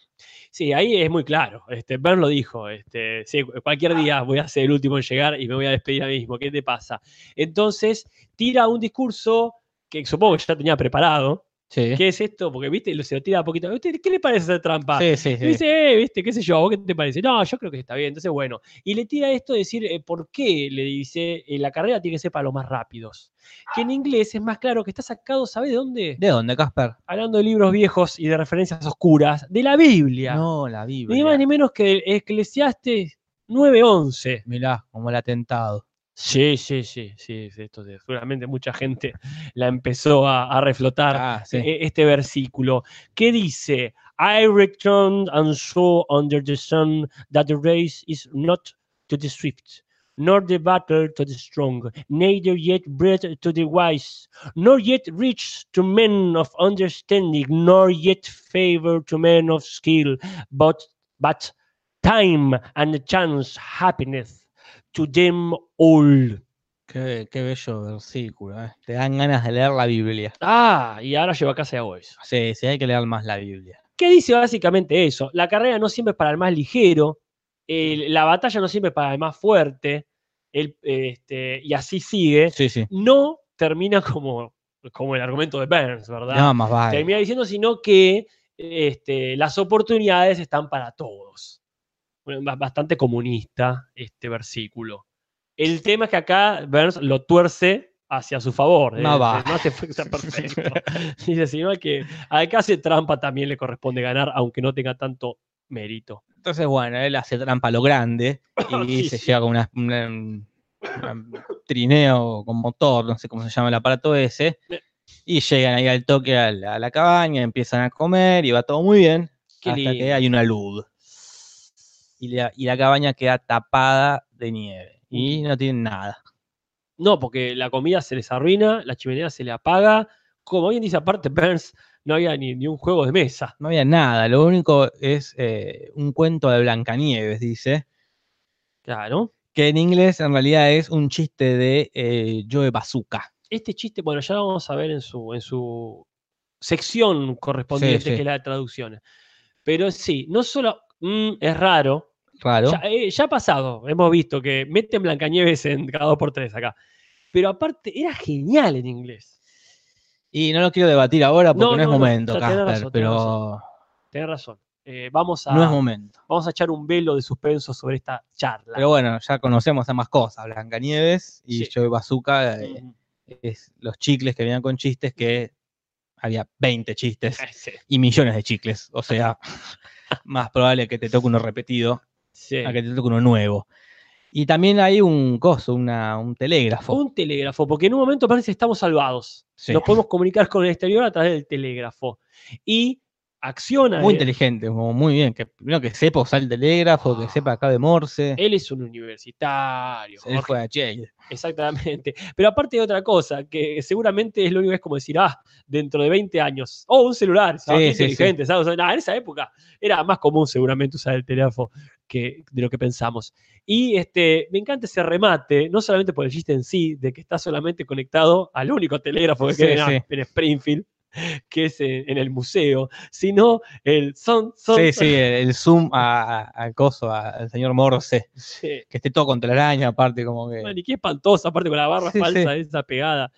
Speaker 2: Sí, ahí es muy claro. Este, Bern lo dijo. Este, sí, cualquier día voy a ser el último en llegar y me voy a despedir a mí mismo. ¿Qué te pasa? Entonces, tira un discurso que supongo que ya tenía preparado.
Speaker 3: Sí,
Speaker 2: ¿Qué es esto? Porque, viste, lo- se lo tira a poquito. ¿Usted qué le parece hacer trampa?
Speaker 3: sí, sí.
Speaker 2: Y
Speaker 3: sí.
Speaker 2: dice, eh, viste, qué sé yo, ¿a ¿vos qué te parece? No, yo creo que está bien, entonces bueno. Y le tira esto de decir, eh, ¿por qué? Le dice, eh, la carrera tiene que ser para los más rápidos. Que en inglés es más claro que está sacado, ¿sabes de dónde?
Speaker 3: ¿De dónde, Casper?
Speaker 2: Hablando de libros viejos y de referencias oscuras, de la Biblia.
Speaker 3: No, la
Speaker 2: Ni más
Speaker 3: Biblia.
Speaker 2: ni menos que del Eclesiastes 9.11.
Speaker 3: Mirá, como el atentado.
Speaker 2: Sí, sí, sí, sí, sí, esto de- seguramente mucha gente la empezó a, a reflotar
Speaker 3: Ah, sí.
Speaker 2: e- este versículo, que dice, I returned and saw under the sun that the race is not to the swift, nor the battle to the strong, neither yet bread to the wise, nor yet rich to men of understanding, nor yet favor to men of skill, but, but time and chance happiness to them all.
Speaker 3: Qué, qué bello versículo, eh. Te dan ganas de leer la Biblia.
Speaker 2: Ah, y ahora lleva casa a Boys.
Speaker 3: Sí, sí, hay que leer más la Biblia.
Speaker 2: ¿Qué dice básicamente eso? La carrera no siempre es para el más ligero, el- la batalla no siempre es para el más fuerte, el- este, y así sigue.
Speaker 3: Sí, sí.
Speaker 2: No termina como, como el argumento de Burns, ¿verdad?
Speaker 3: No, más vale.
Speaker 2: termina diciendo, sino que este, las oportunidades están para todos. Bueno, ba- bastante comunista este versículo. El tema es que acá Burns lo tuerce hacia su favor.
Speaker 3: No
Speaker 2: eh,
Speaker 3: va.
Speaker 2: No hace falta perfecto. Dice, sino que acá hace trampa también le corresponde ganar, aunque no tenga tanto mérito.
Speaker 3: Entonces, bueno, él hace trampa a lo grande y
Speaker 2: Sí,
Speaker 3: se
Speaker 2: sí.
Speaker 3: lleva con una, una- un trineo con motor, no sé cómo se llama el aparato ese.
Speaker 2: Eh.
Speaker 3: Y llegan ahí al toque a la, a la cabaña, empiezan a comer y va todo muy bien.
Speaker 2: Qué
Speaker 3: hasta
Speaker 2: lindo.
Speaker 3: que hay una luz. Y la, y la cabaña queda tapada de nieve. Y no tienen nada.
Speaker 2: No, porque la comida se les arruina, la chimenea se le apaga. Como bien dice aparte Burns, no había ni, ni un juego de mesa.
Speaker 3: No había nada. Lo único es eh, un cuento de Blancanieves, dice.
Speaker 2: Claro.
Speaker 3: Que en inglés en realidad es un chiste de eh, Joe Bazooka.
Speaker 2: este chiste, bueno, ya lo vamos a ver en su, en su sección correspondiente,
Speaker 3: Sí, sí.
Speaker 2: que es la de traducciones. Pero sí, no solo mm, es raro,
Speaker 3: Raro.
Speaker 2: ya, eh, ya ha pasado, hemos visto que meten Blancanieves en cada dos por tres acá. Pero aparte, era genial en inglés.
Speaker 3: Y no lo quiero debatir ahora porque
Speaker 2: No,
Speaker 3: no, es
Speaker 2: no, no,
Speaker 3: momento,
Speaker 2: ya tenés
Speaker 3: Casper,
Speaker 2: razón, tenés
Speaker 3: pero
Speaker 2: Tenés razón. Eh, vamos, a,
Speaker 3: no es momento.
Speaker 2: vamos a echar un velo de suspenso sobre esta charla.
Speaker 3: Pero bueno, ya conocemos ambas cosas, Blancanieves y
Speaker 2: Sí.
Speaker 3: Joe Bazooka, eh,
Speaker 2: Mm,
Speaker 3: es los chicles que venían con chistes que había 20 chistes
Speaker 2: eh, sí,
Speaker 3: y millones de chicles, o sea, más probable que te toque uno repetido
Speaker 2: sí.
Speaker 3: a que te toque uno nuevo. Y también hay un coso, una, un telégrafo.
Speaker 2: Un telégrafo, porque en un momento parece que estamos salvados.
Speaker 3: Sí.
Speaker 2: Nos podemos comunicar con el exterior a través del telégrafo. Y acciona.
Speaker 3: Muy
Speaker 2: eh,
Speaker 3: inteligente, como muy bien. Que, primero que sepa usar el telégrafo, que sepa acá de Morse.
Speaker 2: Él es un universitario.
Speaker 3: Él
Speaker 2: Jorge.
Speaker 3: fue a Yale.
Speaker 2: Exactamente. Pero aparte de otra cosa, que seguramente es lo único que es como decir, ah, dentro de 20 años, oh, un celular,
Speaker 3: Sí,
Speaker 2: ¿sabes? Qué
Speaker 3: sí, sí.
Speaker 2: inteligente, ¿sabes? O sea, nah, en esa época era más común seguramente usar el teléfono que, de lo que pensamos. Y este, me encanta ese remate, no solamente por el chiste en sí, de que está solamente conectado al único telégrafo que
Speaker 3: Sí,
Speaker 2: queda en-
Speaker 3: sí.
Speaker 2: en Springfield, que es en, en el museo, sino el son, son,
Speaker 3: Sí,
Speaker 2: son.
Speaker 3: sí, el, el zoom a, a- al coso, a- al señor Morse,
Speaker 2: Sí.
Speaker 3: que esté todo contra la araña, aparte, como que.
Speaker 2: Maniquí espantosa, aparte con la barra
Speaker 3: Sí,
Speaker 2: falsa esa pegada.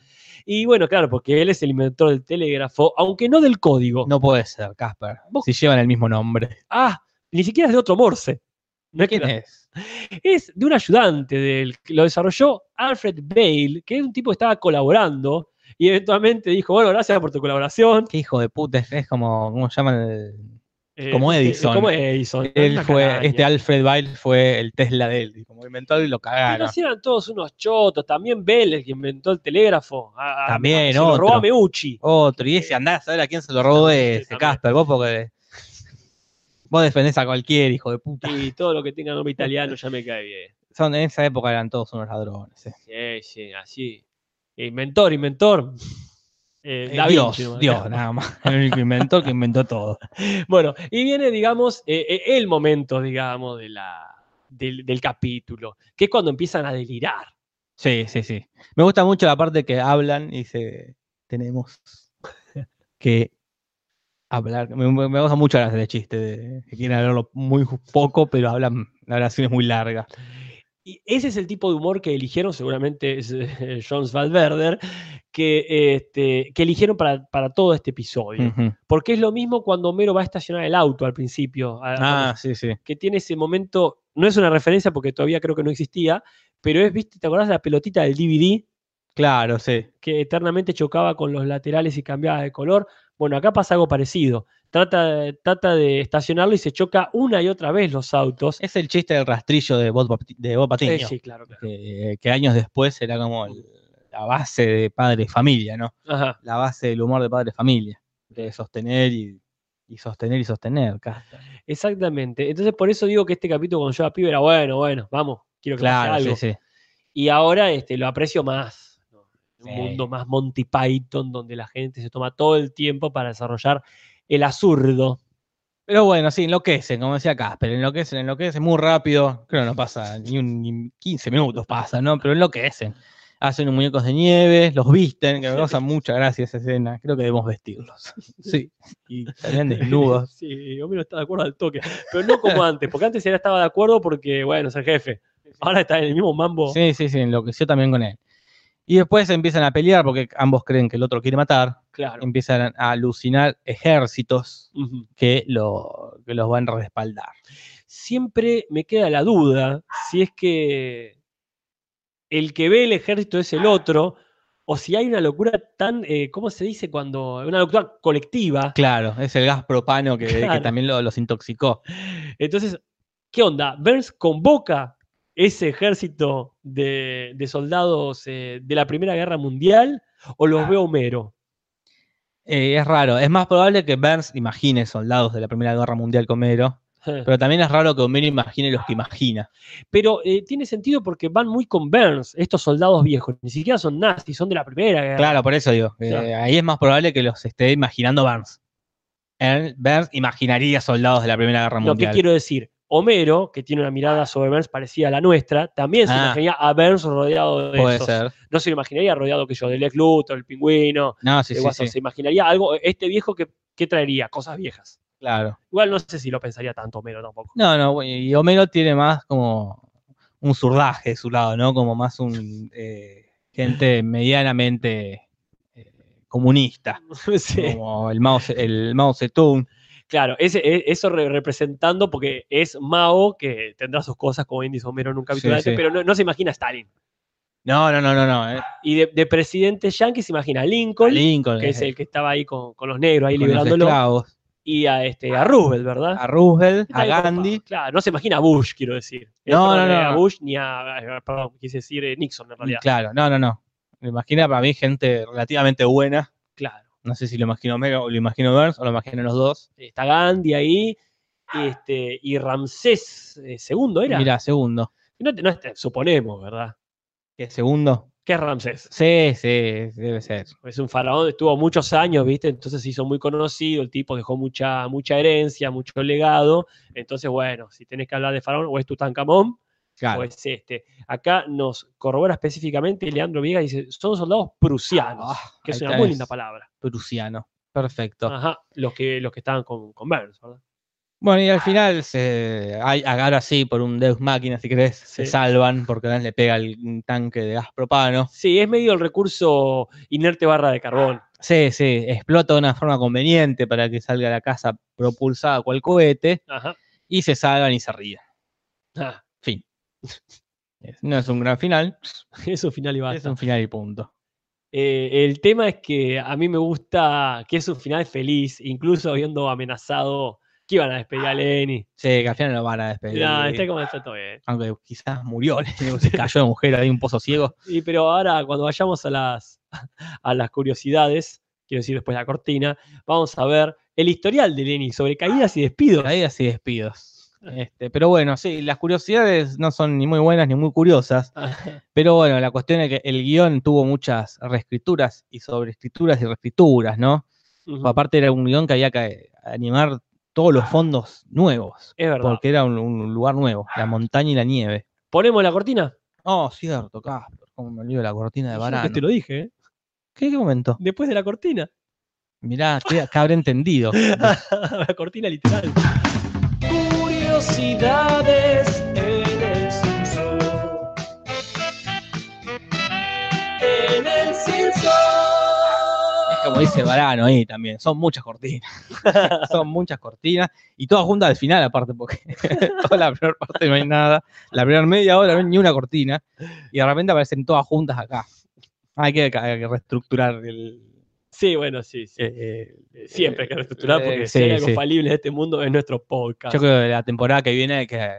Speaker 2: Y bueno, claro, porque él es el inventor del telégrafo, aunque no del código.
Speaker 3: No puede ser, Casper.
Speaker 2: Vos-
Speaker 3: Si llevan el mismo nombre.
Speaker 2: Ah, ni siquiera es de otro Morse. No es que
Speaker 3: ¿Quién
Speaker 2: era-
Speaker 3: es?
Speaker 2: es de un ayudante del que lo desarrolló Alfred Bale, que es un tipo que estaba colaborando y eventualmente dijo, bueno, gracias por tu colaboración.
Speaker 3: ¿Qué hijo de puta es? Es como. ¿Cómo llaman? El-
Speaker 2: Eh,
Speaker 3: Como
Speaker 2: eh,
Speaker 3: Edison.
Speaker 2: Como Edison.
Speaker 3: Él
Speaker 2: una
Speaker 3: fue,
Speaker 2: caraña.
Speaker 3: este Alfred Bile fue el Tesla de él, y como inventó y lo
Speaker 2: Pero
Speaker 3: cagaron.
Speaker 2: si eran todos unos chotos. También Bell, el que inventó el telégrafo. a- a-
Speaker 3: También,
Speaker 2: se lo robó a
Speaker 3: otro.
Speaker 2: Meucci.
Speaker 3: Otro, y ese andás a saber a quién se lo robó ese,
Speaker 2: también.
Speaker 3: Casper, vos porque. Vos defendés a cualquier hijo de puta.
Speaker 2: Y todo lo que tenga nombre italiano ya me cae bien.
Speaker 3: Son, en esa época eran todos unos ladrones. eh.
Speaker 2: Sí, sí, así. Inventor, inventor. eh,
Speaker 3: Eh,
Speaker 2: Da
Speaker 3: Dios,
Speaker 2: Vinci, ¿no?
Speaker 3: Dios, nada más. El único inventor que inventó todo.
Speaker 2: Bueno, y viene, digamos, eh, eh, el momento, digamos, de la, del, del capítulo, que es cuando empiezan a delirar.
Speaker 3: Sí, sí, sí. Me gusta mucho la parte que hablan y se tenemos que hablar. Me, me- me gusta mucho las de chiste, de, que quieren hablarlo muy ju- poco, pero hablan, la oración es muy larga.
Speaker 2: Y ese es el tipo de humor que eligieron, seguramente es eh, Jones Valverder, que, este, que eligieron para, para todo este episodio.
Speaker 3: Ujú.
Speaker 2: Porque es lo mismo cuando Homero va a estacionar el auto al principio, a-
Speaker 3: Ah, sí, sí.
Speaker 2: que tiene ese momento, no es una referencia porque todavía creo que no existía, pero es, ¿viste? ¿Te acordás de la pelotita del DVD
Speaker 3: Claro, sí.
Speaker 2: que eternamente chocaba con los laterales y cambiaba de color? Bueno, acá pasa algo parecido. Trata, de- trata de estacionarlo y se choca una y otra vez los autos.
Speaker 3: Es el chiste del rastrillo de Bob, Bapti- de Bob Patiño,
Speaker 2: Eh, sí, claro, claro.
Speaker 3: que, que años después era como el- la base de Padre Familia, ¿no?
Speaker 2: Ajá.
Speaker 3: La base del humor de Padre Familia, de sostener y, y sostener y sostener. casi.
Speaker 2: Exactamente. Entonces, por eso digo que este capítulo cuando yo era pibe era bueno, bueno, vamos, quiero que pase
Speaker 3: Claro,
Speaker 2: algo.
Speaker 3: sí, sí.
Speaker 2: Y ahora este, lo aprecio más. ¿no? Un
Speaker 3: Sí.
Speaker 2: mundo más Monty Python donde la gente se toma todo el tiempo para desarrollar el absurdo.
Speaker 3: Pero bueno, sí, enloquecen, como decía Casper, enloquecen, enloquecen muy rápido. Creo que no pasa ni, un, ni 15 minutos pasa, ¿no? Pero enloquecen. Hacen unos muñecos de nieve, los visten, que me causa mucha gracia esa escena. Creo que debemos vestirlos. Sí. Y salen desnudos.
Speaker 2: Sí, Homero está de acuerdo al toque. Pero no como antes, porque antes era estaba de acuerdo porque, bueno, es el jefe. Ahora está en el mismo mambo.
Speaker 3: Sí, sí, sí, enloqueció también con él. Y después empiezan a pelear porque ambos creen que el otro quiere matar.
Speaker 2: Claro.
Speaker 3: Empiezan a alucinar ejércitos
Speaker 2: Ujú.
Speaker 3: que, lo, que los van a respaldar.
Speaker 2: Siempre me queda la duda si es que el que ve el ejército es el otro, o si hay una locura tan, eh, ¿cómo se dice? Cuando una locura colectiva.
Speaker 3: Claro, es el gas propano que, que
Speaker 2: Claro.
Speaker 3: también lo- los intoxicó.
Speaker 2: Entonces, ¿qué onda? Burns convoca ese ejército de, de soldados eh, de la Primera Guerra Mundial o los ve Homero.
Speaker 3: Eh, es raro. Es más probable que Burns imagine soldados de la Primera Guerra Mundial con Homero. Pero también es raro que Homero imagine los que imagina.
Speaker 2: Pero eh, tiene sentido porque van muy con Burns, estos soldados viejos. Ni siquiera son nazis, son de la Primera Guerra.
Speaker 3: Claro, por eso digo. eh,
Speaker 2: Claro.
Speaker 3: ahí es más probable que los esté imaginando Burns. Eh, Burns imaginaría soldados de la Primera Guerra
Speaker 2: Lo que
Speaker 3: Mundial.
Speaker 2: quiero decir, Homero, que tiene una mirada sobre Burns parecida a la nuestra, también se
Speaker 3: Ah.
Speaker 2: imaginaría a Burns rodeado de
Speaker 3: Puede
Speaker 2: esos.
Speaker 3: ser.
Speaker 2: No se lo imaginaría rodeado que yo, de Lex Luthor, el pingüino,
Speaker 3: No, sí,
Speaker 2: de
Speaker 3: sí,
Speaker 2: Watson.
Speaker 3: sí,
Speaker 2: Se imaginaría algo, este viejo que, que traería cosas viejas.
Speaker 3: Claro.
Speaker 2: Igual no sé si lo pensaría tanto Homero tampoco.
Speaker 3: No, no, bueno, y Homero tiene más como un zurdaje de su lado, ¿no? Como más un eh, gente medianamente eh, comunista,
Speaker 2: Sí,
Speaker 3: como el Mao, Ze- el Mao Zedong.
Speaker 2: Claro, ese- e- eso re- representando porque es Mao que tendrá sus cosas como índice Homero en un capítulo
Speaker 3: Sí,
Speaker 2: antes,
Speaker 3: sí.
Speaker 2: pero no, no se imagina a Stalin.
Speaker 3: No, no, no, no, no. eh.
Speaker 2: Y de, de presidente yankee se imagina a Lincoln,
Speaker 3: Lincoln,
Speaker 2: que es el que estaba ahí con, con los negros, ahí
Speaker 3: con los
Speaker 2: liberándolo,
Speaker 3: esclavos,
Speaker 2: y a, este, a Roosevelt, ¿verdad?
Speaker 3: a Roosevelt,
Speaker 2: Está
Speaker 3: a
Speaker 2: ahí copado,
Speaker 3: Gandhi.
Speaker 2: Claro, no se imagina a Bush, quiero decir. Eh,
Speaker 3: No,
Speaker 2: perdón,
Speaker 3: no,
Speaker 2: eh,
Speaker 3: no.
Speaker 2: A Bush ni a, eh, perdón, quise decir eh, Nixon en realidad.
Speaker 3: Claro, no, no, no. Me imagina para mí gente relativamente buena.
Speaker 2: Claro.
Speaker 3: No sé si lo imagino Homero o lo imagino Burns o lo imagino los dos.
Speaker 2: Está Gandhi ahí, y, este, y Ramsés eh, segundo era.
Speaker 3: Mira, segundo.
Speaker 2: No te- no te- suponemos, ¿verdad?
Speaker 3: ¿Qué segundo?
Speaker 2: ¿Qué es Ramsés?
Speaker 3: Sí, sí, debe ser.
Speaker 2: Es un faraón, estuvo muchos años, ¿viste? Entonces se hizo muy conocido, el tipo dejó mucha, mucha herencia, mucho legado. Entonces, bueno, si tenés que hablar de faraón, o es Tutankamón,
Speaker 3: Claro.
Speaker 2: o es este. Acá nos corrobora específicamente Leandro Viegas, dice, son soldados prusianos,
Speaker 3: Ah,
Speaker 2: que es
Speaker 3: ahí
Speaker 2: una
Speaker 3: tenés.
Speaker 2: muy linda palabra.
Speaker 3: Prusiano. Perfecto.
Speaker 2: Ajá, los que, los que estaban con, con Burns, ¿verdad?
Speaker 3: Bueno, y al final se hay, ahora sí por un Deus Máquina, si querés, se
Speaker 2: Sí.
Speaker 3: salvan porque Burns le pega el un tanque de gas propano.
Speaker 2: Sí, es medio el recurso inerte barra de carbón.
Speaker 3: Sí, sí, explota de una forma conveniente para que salga la casa propulsada cual cohete
Speaker 2: Ajá.
Speaker 3: y se salvan y se ríen.
Speaker 2: Ah,
Speaker 3: Fin. Es- No es un gran final,
Speaker 2: es un final y
Speaker 3: es
Speaker 2: basta.
Speaker 3: un final y punto.
Speaker 2: Eh, el tema es que a mí me gusta que es un final feliz, incluso habiendo amenazado que iban a despedir a Lenny.
Speaker 3: Sí, que al final lo van a Ah, despedir.
Speaker 2: Nah, está como está todo bien.
Speaker 3: Aunque quizás murió, se cayó de mujer ahí en un pozo ciego.
Speaker 2: Y pero ahora, cuando vayamos a las, a las curiosidades, quiero decir después de la cortina, vamos a ver el historial de Lenny sobre caídas y despidos.
Speaker 3: Caídas y despidos. Este, pero bueno, sí, las curiosidades no son ni muy buenas ni muy curiosas.
Speaker 2: Ah.
Speaker 3: Pero bueno, la cuestión es que el guión tuvo muchas reescrituras y sobreescrituras y reescrituras, ¿no?
Speaker 2: Ujú.
Speaker 3: Aparte era un guión que había que animar todos los fondos nuevos.
Speaker 2: Es verdad. Ah.
Speaker 3: Porque era un, un lugar nuevo, la montaña y la nieve.
Speaker 2: ¿Ponemos la cortina?
Speaker 3: Oh, cierto, Casper, cómo me olvido la cortina de
Speaker 2: Yo
Speaker 3: varano.
Speaker 2: que te lo dije, ¿eh?
Speaker 3: ¿Qué, qué momento?
Speaker 2: Después de la cortina.
Speaker 3: Mirá, estoy- acá habré entendido.
Speaker 2: la cortina literal.
Speaker 1: Curiosidades en el Simpson. En el Simpson.
Speaker 3: Como dice Varano ahí también, son muchas cortinas. son muchas cortinas. Y todas juntas al final, aparte, porque toda la primera parte no hay nada. La primera media hora no hay ni una cortina. Y de repente aparecen todas juntas acá. Hay que, hay que reestructurar el.
Speaker 2: Sí, bueno, sí. sí.
Speaker 3: eh, eh,
Speaker 2: Siempre hay que reestructurar porque
Speaker 3: eh,
Speaker 2: si hay
Speaker 3: sí,
Speaker 2: algo
Speaker 3: sí.
Speaker 2: falible en este mundo es nuestro podcast.
Speaker 3: Yo creo que la temporada que viene hay que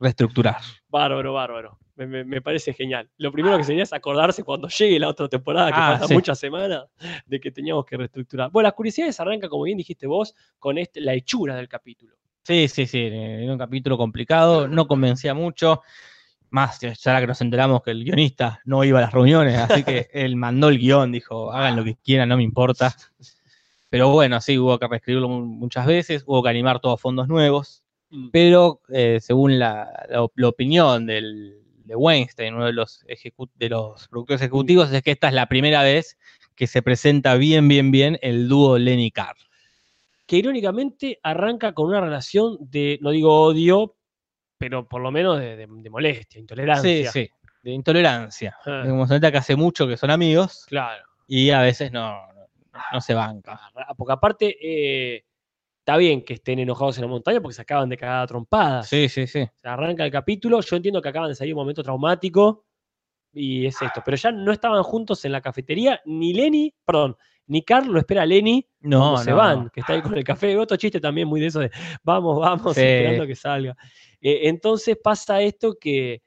Speaker 3: reestructurar.
Speaker 2: Bárbaro, bárbaro. Me, me- me parece genial. Lo primero que sería es acordarse cuando llegue la otra temporada, que
Speaker 3: Ah,
Speaker 2: faltan
Speaker 3: sí.
Speaker 2: muchas semanas, de que teníamos que reestructurar. Bueno, las curiosidades arranca, como bien dijiste vos, con este- la hechura del capítulo.
Speaker 3: Sí, sí, sí, eh, era un capítulo complicado, no convencía mucho. Más, ya ahora que nos enteramos que el guionista no iba a las reuniones, así que él mandó el guión, dijo, hagan lo que quieran, no me importa. Pero bueno, sí, hubo que reescribirlo mu- muchas veces, hubo que animar todos fondos nuevos,
Speaker 2: Mm.
Speaker 3: pero eh, según la, la op- la opinión del, de Weinstein, uno de los, ejecu- de los productores ejecutivos, es que esta es la primera vez que se presenta bien, bien, bien el dúo Lenny Carr.
Speaker 2: que irónicamente arranca con una relación de, no digo odio, pero por lo menos de, de- de molestia,
Speaker 3: Sí,
Speaker 2: intolerancia.
Speaker 3: sí, de intolerancia.
Speaker 2: Ah,
Speaker 3: Como se nota que hace mucho que son amigos
Speaker 2: claro.
Speaker 3: y a veces no, no, no se banca.
Speaker 2: Ah, Porque aparte, eh, está bien que estén enojados en la montaña porque se acaban de cagar a trompadas.
Speaker 3: Sí, sí, sí.
Speaker 2: Se arranca el capítulo, yo entiendo que acaban de salir un momento traumático y
Speaker 3: Ah.
Speaker 2: es esto. Pero ya no estaban juntos en la cafetería, ni Lenny, perdón, ni Carl lo espera a Lenny
Speaker 3: No,
Speaker 2: cuando se
Speaker 3: no,
Speaker 2: van,
Speaker 3: no.
Speaker 2: que está ahí con el café. Otro chiste también muy de eso de vamos, vamos,
Speaker 3: Sí.
Speaker 2: esperando que salga. Eh, entonces pasa esto que,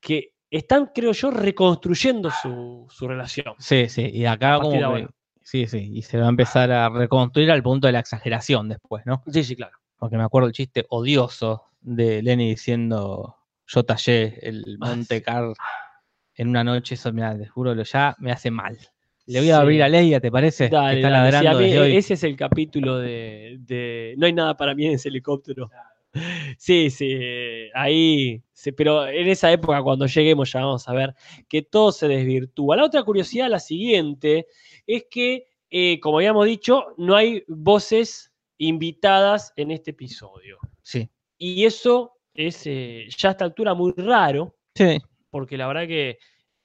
Speaker 2: que están, creo yo, reconstruyendo su, su relación.
Speaker 3: Sí, sí. Y acá
Speaker 2: partir
Speaker 3: como
Speaker 2: de
Speaker 3: que-
Speaker 2: ahora.
Speaker 3: Sí, sí. Y se va a empezar a reconstruir al punto de la exageración después, ¿no?
Speaker 2: Sí, sí, claro.
Speaker 3: Porque me acuerdo el chiste odioso de Lenny diciendo yo tallé el
Speaker 2: Ah,
Speaker 3: Monte
Speaker 2: sí.
Speaker 3: Car en una noche, eso mira, te juro, lo- ya me hace mal. Le voy a
Speaker 2: Sí.
Speaker 3: abrir a Leia, ¿te parece? Que
Speaker 2: Dale,
Speaker 3: está
Speaker 2: dale, sí,
Speaker 3: ladrando
Speaker 2: a mí
Speaker 3: desde hoy.
Speaker 2: Ese es el capítulo de, de No hay nada para mí en ese helicóptero. Sí, sí, ahí. sí, pero en esa época, cuando lleguemos, ya vamos a ver que todo se desvirtúa. La otra curiosidad, la siguiente, es que, eh, como habíamos dicho, no hay voces invitadas en este episodio.
Speaker 3: Sí.
Speaker 2: Y eso es eh, ya a esta altura muy raro,
Speaker 3: Sí.
Speaker 2: porque la verdad que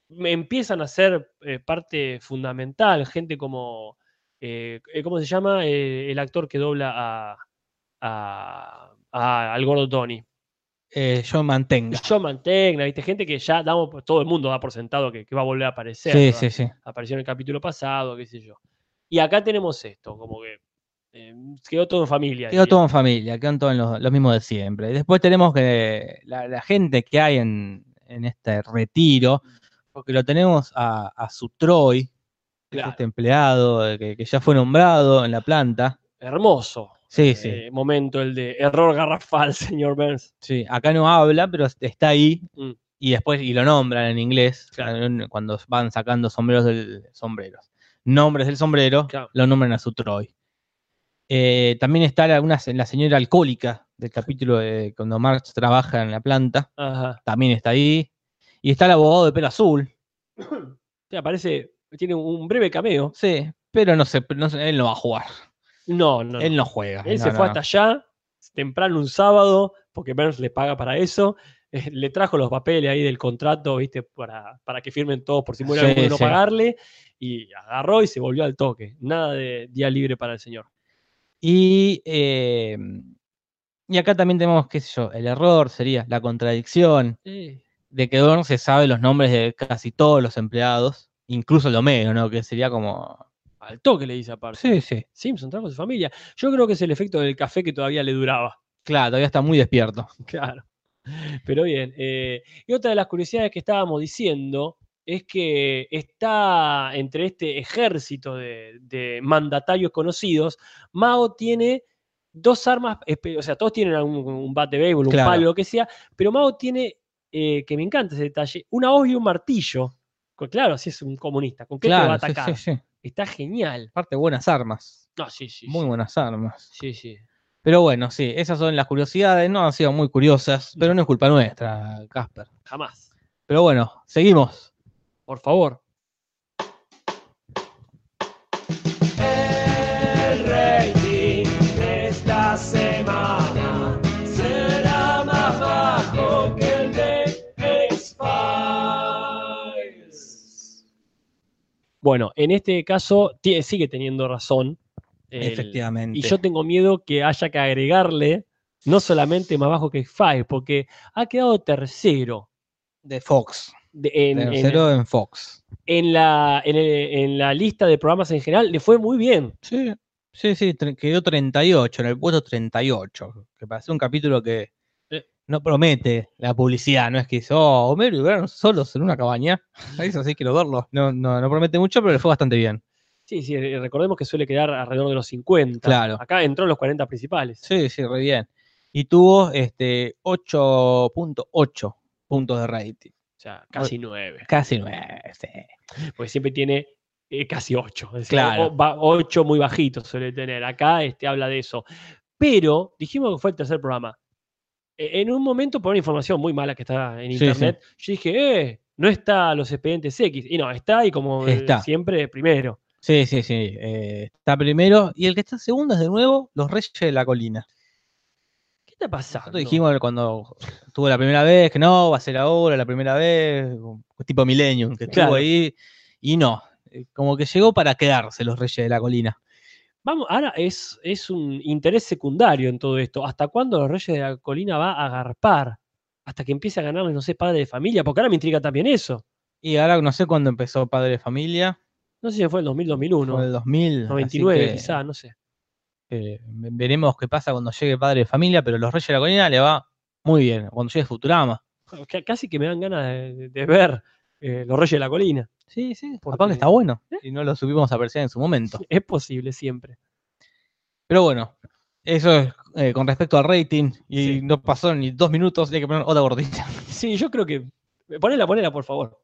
Speaker 2: me empiezan a ser eh, parte fundamental, gente como, eh, eh, ¿cómo se llama? Eh, el actor que dobla a, a- a- al gordo Tony.
Speaker 3: Eh, yo mantengo.
Speaker 2: John Mantegna, ¿viste? Gente que ya damos, por- todo el mundo da por sentado que, que va a volver a aparecer.
Speaker 3: Sí,
Speaker 2: ¿verdad?
Speaker 3: sí, sí.
Speaker 2: Apareció en el capítulo pasado, qué sé yo. Y acá tenemos esto, como que eh, quedó todo en familia.
Speaker 3: Quedó
Speaker 2: diría.
Speaker 3: todo en familia, quedan todos los, los mismos de siempre. Y Después tenemos que la, la gente que hay en, en este retiro, porque lo tenemos a, a su Troy, que es
Speaker 2: Claro.
Speaker 3: este empleado eh, que, que ya fue nombrado en la planta.
Speaker 2: Hermoso
Speaker 3: Sí, sí,
Speaker 2: eh, momento el de error garrafal, señor Burns.
Speaker 3: sí. Acá no habla, pero es- está ahí.
Speaker 2: Mm.
Speaker 3: Y después, y lo nombran en inglés,
Speaker 2: Claro.
Speaker 3: en- cuando van sacando sombreros del sombreros. Nombres del sombrero,
Speaker 2: Claro.
Speaker 3: lo nombran a su Troy. Eh, también está la, una- la señora alcohólica del capítulo de cuando Marx trabaja en la planta.
Speaker 2: Ajá.
Speaker 3: también está ahí. Y está el abogado de pelo azul.
Speaker 2: Sí, aparece, tiene un breve cameo.
Speaker 3: Sí, pero no sé, no sé, él no va a jugar.
Speaker 2: No, no. no.
Speaker 3: Él no juega.
Speaker 2: Él
Speaker 3: no,
Speaker 2: se
Speaker 3: no, no.
Speaker 2: fue hasta allá, temprano un sábado, porque Burns le paga para eso. eh, Le trajo los papeles ahí del contrato, ¿viste? Para, para que firmen todos por si muere
Speaker 3: Sí,
Speaker 2: alguno no
Speaker 3: sí.
Speaker 2: pagarle. Y agarró y se volvió al toque. Nada de día libre para el señor.
Speaker 3: Y, eh, y acá también tenemos, qué sé yo, el error sería la contradicción de que Dorn se sabe los nombres de casi todos los empleados, incluso el Homero, ¿no? Que sería como.
Speaker 2: Al toque le dice aparte.
Speaker 3: Sí, sí.
Speaker 2: Simpson trajo a su familia. Yo creo que es el efecto del café que todavía le duraba.
Speaker 3: Claro, todavía está muy despierto.
Speaker 2: Claro. Pero bien. eh, y otra de las curiosidades que estábamos diciendo es que está entre este ejército de, de mandatarios conocidos, Mao tiene dos armas, espe- o sea, todos tienen algún- un bat de béisbol, un
Speaker 3: Claro.
Speaker 2: palo, lo que sea, pero Mao tiene, eh, que me encanta ese detalle, una hoz y un martillo. Co- Claro, así es un comunista, ¿con qué te va a
Speaker 3: Claro, sí,
Speaker 2: atacar?
Speaker 3: sí, sí.
Speaker 2: Está genial.
Speaker 3: Aparte, buenas armas.
Speaker 2: No, sí, sí.
Speaker 3: Muy
Speaker 2: sí.
Speaker 3: buenas armas.
Speaker 2: Sí, sí.
Speaker 3: Pero bueno, sí, esas son las curiosidades. No han sido muy curiosas, pero no es culpa nuestra, Casper.
Speaker 2: Jamás.
Speaker 3: Pero bueno, seguimos.
Speaker 2: Por favor.
Speaker 1: El rating de esta semana será más bajo que el de X-Files.
Speaker 2: Bueno, en este caso tie- sigue teniendo razón. el-
Speaker 3: Efectivamente.
Speaker 2: Y yo tengo miedo que haya que agregarle no solamente más bajo que Five, porque ha quedado tercero
Speaker 3: de Fox.
Speaker 2: de- en, en-
Speaker 3: Tercero en Fox.
Speaker 2: en la, en, el- en la lista de programas en general. Le fue muy bien.
Speaker 3: Sí, sí, sí, tre- quedó 38, en el puesto 38, que parece un capítulo que
Speaker 2: Eh.
Speaker 3: no promete la publicidad, no es que hizo oh, Homero y Burns solos en una cabaña, eso así quiero verlo, no, no, no promete mucho, pero le fue bastante bien.
Speaker 2: Sí, sí, eh, recordemos que suele quedar alrededor de los 50.
Speaker 3: Claro.
Speaker 2: Acá entró en los 40 principales.
Speaker 3: Sí, sí, re bien. Y tuvo este 8.8 puntos de rating,
Speaker 2: O sea, casi 9.
Speaker 3: casi 9,
Speaker 2: Porque siempre tiene eh, casi 8. Es
Speaker 3: Claro.
Speaker 2: 8 muy bajitos suele tener. Acá este, habla de eso. Pero dijimos que fue el tercer programa. E- En un momento, por una información muy mala que está en
Speaker 3: Sí, sí.
Speaker 2: internet, yo dije, eh, no está los expedientes X. Y no, está y como eh,
Speaker 3: Está.
Speaker 2: siempre, primero.
Speaker 3: Sí, sí, sí, eh, está primero, y el que está segundo es de nuevo Los Reyes de la Colina.
Speaker 2: ¿Qué está pasando?
Speaker 3: Nosotros dijimos cuando estuvo la primera vez que no, va a ser ahora la primera vez, tipo Millennium, que estuvo
Speaker 2: Claro.
Speaker 3: ahí, y no. eh, Como que llegó para quedarse los Reyes de la Colina.
Speaker 2: Vamos, ahora es, es un interés secundario en todo esto. ¿Hasta cuándo los Reyes de la Colina va a agarpar? Hasta que empiece a ganarles, no sé, padre de familia, porque ahora me intriga también eso.
Speaker 3: Y ahora no sé cuándo empezó Padre de Familia,
Speaker 2: No sé si fue el 2000,
Speaker 3: no.
Speaker 2: 2001.
Speaker 3: el 2000. así
Speaker 2: 99
Speaker 3: que,
Speaker 2: quizá, no sé.
Speaker 3: eh, ve- veremos qué pasa cuando llegue Padre de Familia, pero los Reyes de la Colina le va muy bien. Cuando llegue Futurama.
Speaker 2: C- Casi que me dan ganas de, de ver eh, Los Reyes de la Colina.
Speaker 3: Sí, ¿Eh? sí, capaz
Speaker 2: porque-
Speaker 3: que está bueno. Y no lo supimos apreciar en su momento.
Speaker 2: Es posible siempre.
Speaker 3: Pero bueno, eso es eh, con respecto al rating. Y
Speaker 2: Sí.
Speaker 3: no pasó ni dos minutos, y hay que poner otra gordita.
Speaker 2: Sí, yo creo que... Ponela, ponela, por favor.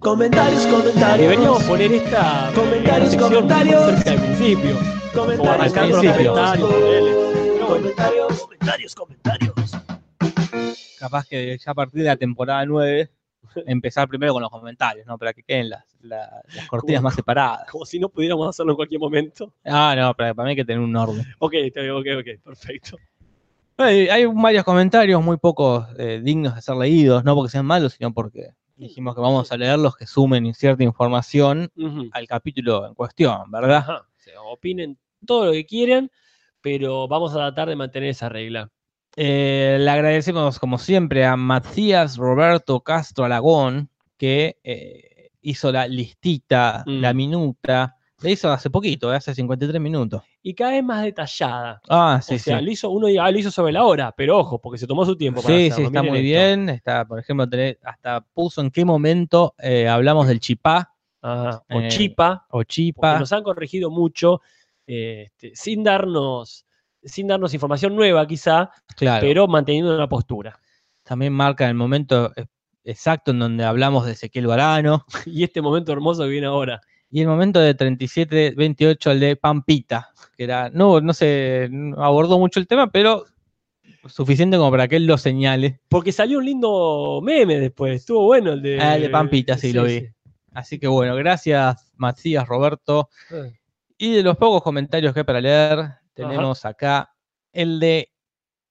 Speaker 1: Comentarios, comentarios.
Speaker 2: Deberíamos poner esta eh,
Speaker 1: Comentarios,
Speaker 2: sección
Speaker 1: comentarios.
Speaker 2: cerca del principio. O
Speaker 1: comentarios,
Speaker 2: arrancar con los
Speaker 3: principio.
Speaker 2: comentarios. ponele. Pero bueno,
Speaker 1: comentarios, comentarios, comentarios.
Speaker 3: capaz que ya a partir de la temporada 9 empezar primero con los comentarios, ¿no? Para que queden las, la- las cortinas más separadas.
Speaker 2: como si no pudiéramos hacerlo en cualquier momento.
Speaker 3: Ah, no, para, para mí hay que tener un orden.
Speaker 2: Ok, está bien, ok, ok, perfecto.
Speaker 3: Hay, hay varios comentarios muy pocos eh, dignos de ser leídos, no porque sean malos, sino porque dijimos que vamos a leer los que sumen cierta información
Speaker 2: Ujú.
Speaker 3: al capítulo en cuestión, ¿verdad?
Speaker 2: Ajá. O sea, opinen todo lo que quieran, pero vamos a tratar de mantener esa regla.
Speaker 3: Eh, le agradecemos, como siempre, a Matías Roberto Castro Alagón, que eh, hizo la listita,
Speaker 2: Mm.
Speaker 3: la minuta. Le hizo hace poquito, eh, hace 53 minutos.
Speaker 2: Y cada vez más detallada.
Speaker 3: Ah,
Speaker 2: O
Speaker 3: sí,
Speaker 2: sea,
Speaker 3: sí.
Speaker 2: lo hizo, uno diga, ah, lo hizo sobre la hora, pero ojo, porque se tomó su tiempo para
Speaker 3: Sí, sí,
Speaker 2: hacerlo.
Speaker 3: está
Speaker 2: Miren
Speaker 3: muy
Speaker 2: esto.
Speaker 3: bien. Está, por ejemplo, tenés- hasta puso en qué momento eh, hablamos del chipá
Speaker 2: Ajá, O
Speaker 3: Eh,
Speaker 2: chipa,
Speaker 3: o
Speaker 2: porque
Speaker 3: chipa.
Speaker 2: nos han corregido mucho, eh, este, sin darnos sin darnos información nueva quizá,
Speaker 3: Claro.
Speaker 2: pero manteniendo una postura.
Speaker 3: También marca el momento eh, exacto en donde hablamos de Ezequiel Varano.
Speaker 2: Y este momento hermoso que viene ahora.
Speaker 3: Y el momento de 37-28, el de Pampita, que era, no, no se no abordó mucho el tema, pero suficiente como para que él lo señale.
Speaker 2: Porque salió un lindo meme después, estuvo bueno el de...
Speaker 3: Ah, el de Pampita,
Speaker 2: Eh,
Speaker 3: sí, lo vi. Así que bueno, gracias Macías, Roberto.
Speaker 2: Eh.
Speaker 3: Y de los pocos comentarios que hay para leer, tenemos acá el de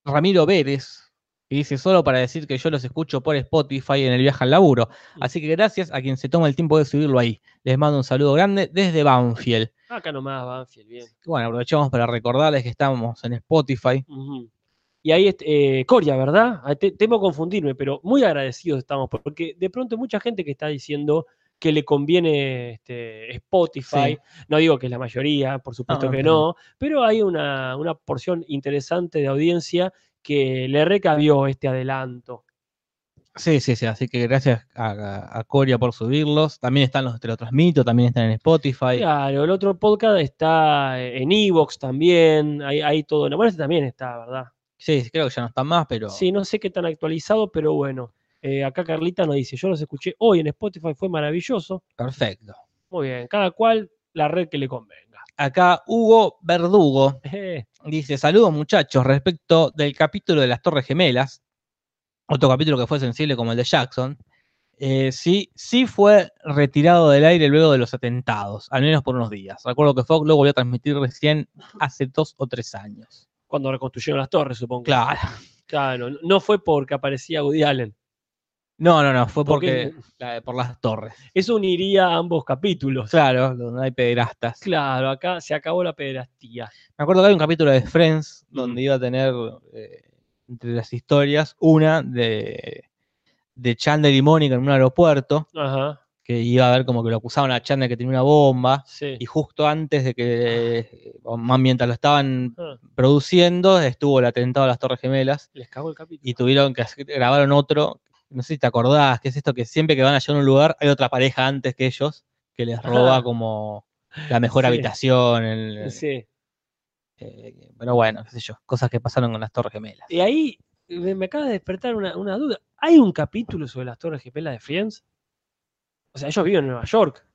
Speaker 3: Ramiro Vélez, que dice solo para decir que yo los escucho por Spotify en el viaje al laburo. Así que gracias a quien se toma el tiempo de subirlo ahí. Les mando un saludo grande desde Banfield.
Speaker 2: Ah, Acá nomás, Banfield, bien.
Speaker 3: Bueno, aprovechamos para recordarles que estamos en Spotify.
Speaker 2: Ujú. Y ahí, este, eh, Coria, ¿verdad? Ah, te- temo confundirme, pero muy agradecidos estamos, porque de pronto hay mucha gente que está diciendo que le conviene este, Spotify.
Speaker 3: Sí.
Speaker 2: No digo que es la mayoría, por supuesto
Speaker 3: No,
Speaker 2: que
Speaker 3: no.
Speaker 2: no, pero hay una, una porción interesante de audiencia que le recabió este adelanto.
Speaker 3: Sí, sí, sí. Así que gracias a, a- a Coria por subirlos. También están los Te lo transmito, también están en Spotify.
Speaker 2: Claro, el otro podcast está en Evox también, hay, hay todo. Bueno, este también está, ¿verdad?
Speaker 3: Sí, sí, creo que ya no están más, pero.
Speaker 2: Sí, no sé qué tan actualizado, pero bueno. Eh, acá Carlita nos dice, yo los escuché hoy en Spotify, fue maravilloso.
Speaker 3: Perfecto.
Speaker 2: Muy bien, cada cual la red que le convenga.
Speaker 3: Acá Hugo Verdugo dice: Saludos, muchachos, respecto del capítulo de las Torres Gemelas, otro capítulo que fue sensible como el de Jackson. eh, sí, sí fue retirado del aire luego de los atentados, al menos por unos días. Recuerdo que Fox lo volvió a transmitir recién hace dos o tres años.
Speaker 2: Cuando reconstruyeron las torres, supongo.
Speaker 3: Claro.
Speaker 2: Claro, no- no fue porque aparecía Woody Allen.
Speaker 3: No, no, no, fue
Speaker 2: Porque-
Speaker 3: porque la- por las torres.
Speaker 2: Eso uniría ambos capítulos.
Speaker 3: Claro, donde hay pederastas.
Speaker 2: Claro, acá se acabó la pederastía.
Speaker 3: Me acuerdo que hay un capítulo de Friends donde iba a tener eh, entre las historias una de, de Chandler y Mónica en un aeropuerto
Speaker 2: Ajá,
Speaker 3: que iba a ver como que lo acusaban a Chandler que tenía una bomba
Speaker 2: sí.
Speaker 3: y justo antes de que, o más mientras lo estaban
Speaker 2: Ah,
Speaker 3: produciendo, estuvo el atentado a las Torres Gemelas
Speaker 2: les cagó el capítulo.
Speaker 3: y tuvieron que hacer- grabaron otro, no sé si te acordás, que es esto que siempre que van allá a un lugar hay otra pareja antes que ellos que les roba
Speaker 2: Ah.
Speaker 3: como la mejor
Speaker 2: Sí.
Speaker 3: habitación, el,
Speaker 2: Sí.
Speaker 3: eh, pero bueno, qué sé yo, cosas que pasaron con las Torres Gemelas.
Speaker 2: Y ahí me, me acaba de despertar una, una duda. ¿Hay un capítulo sobre las Torres Gemelas de Friends? O sea, ellos viven en Nueva York.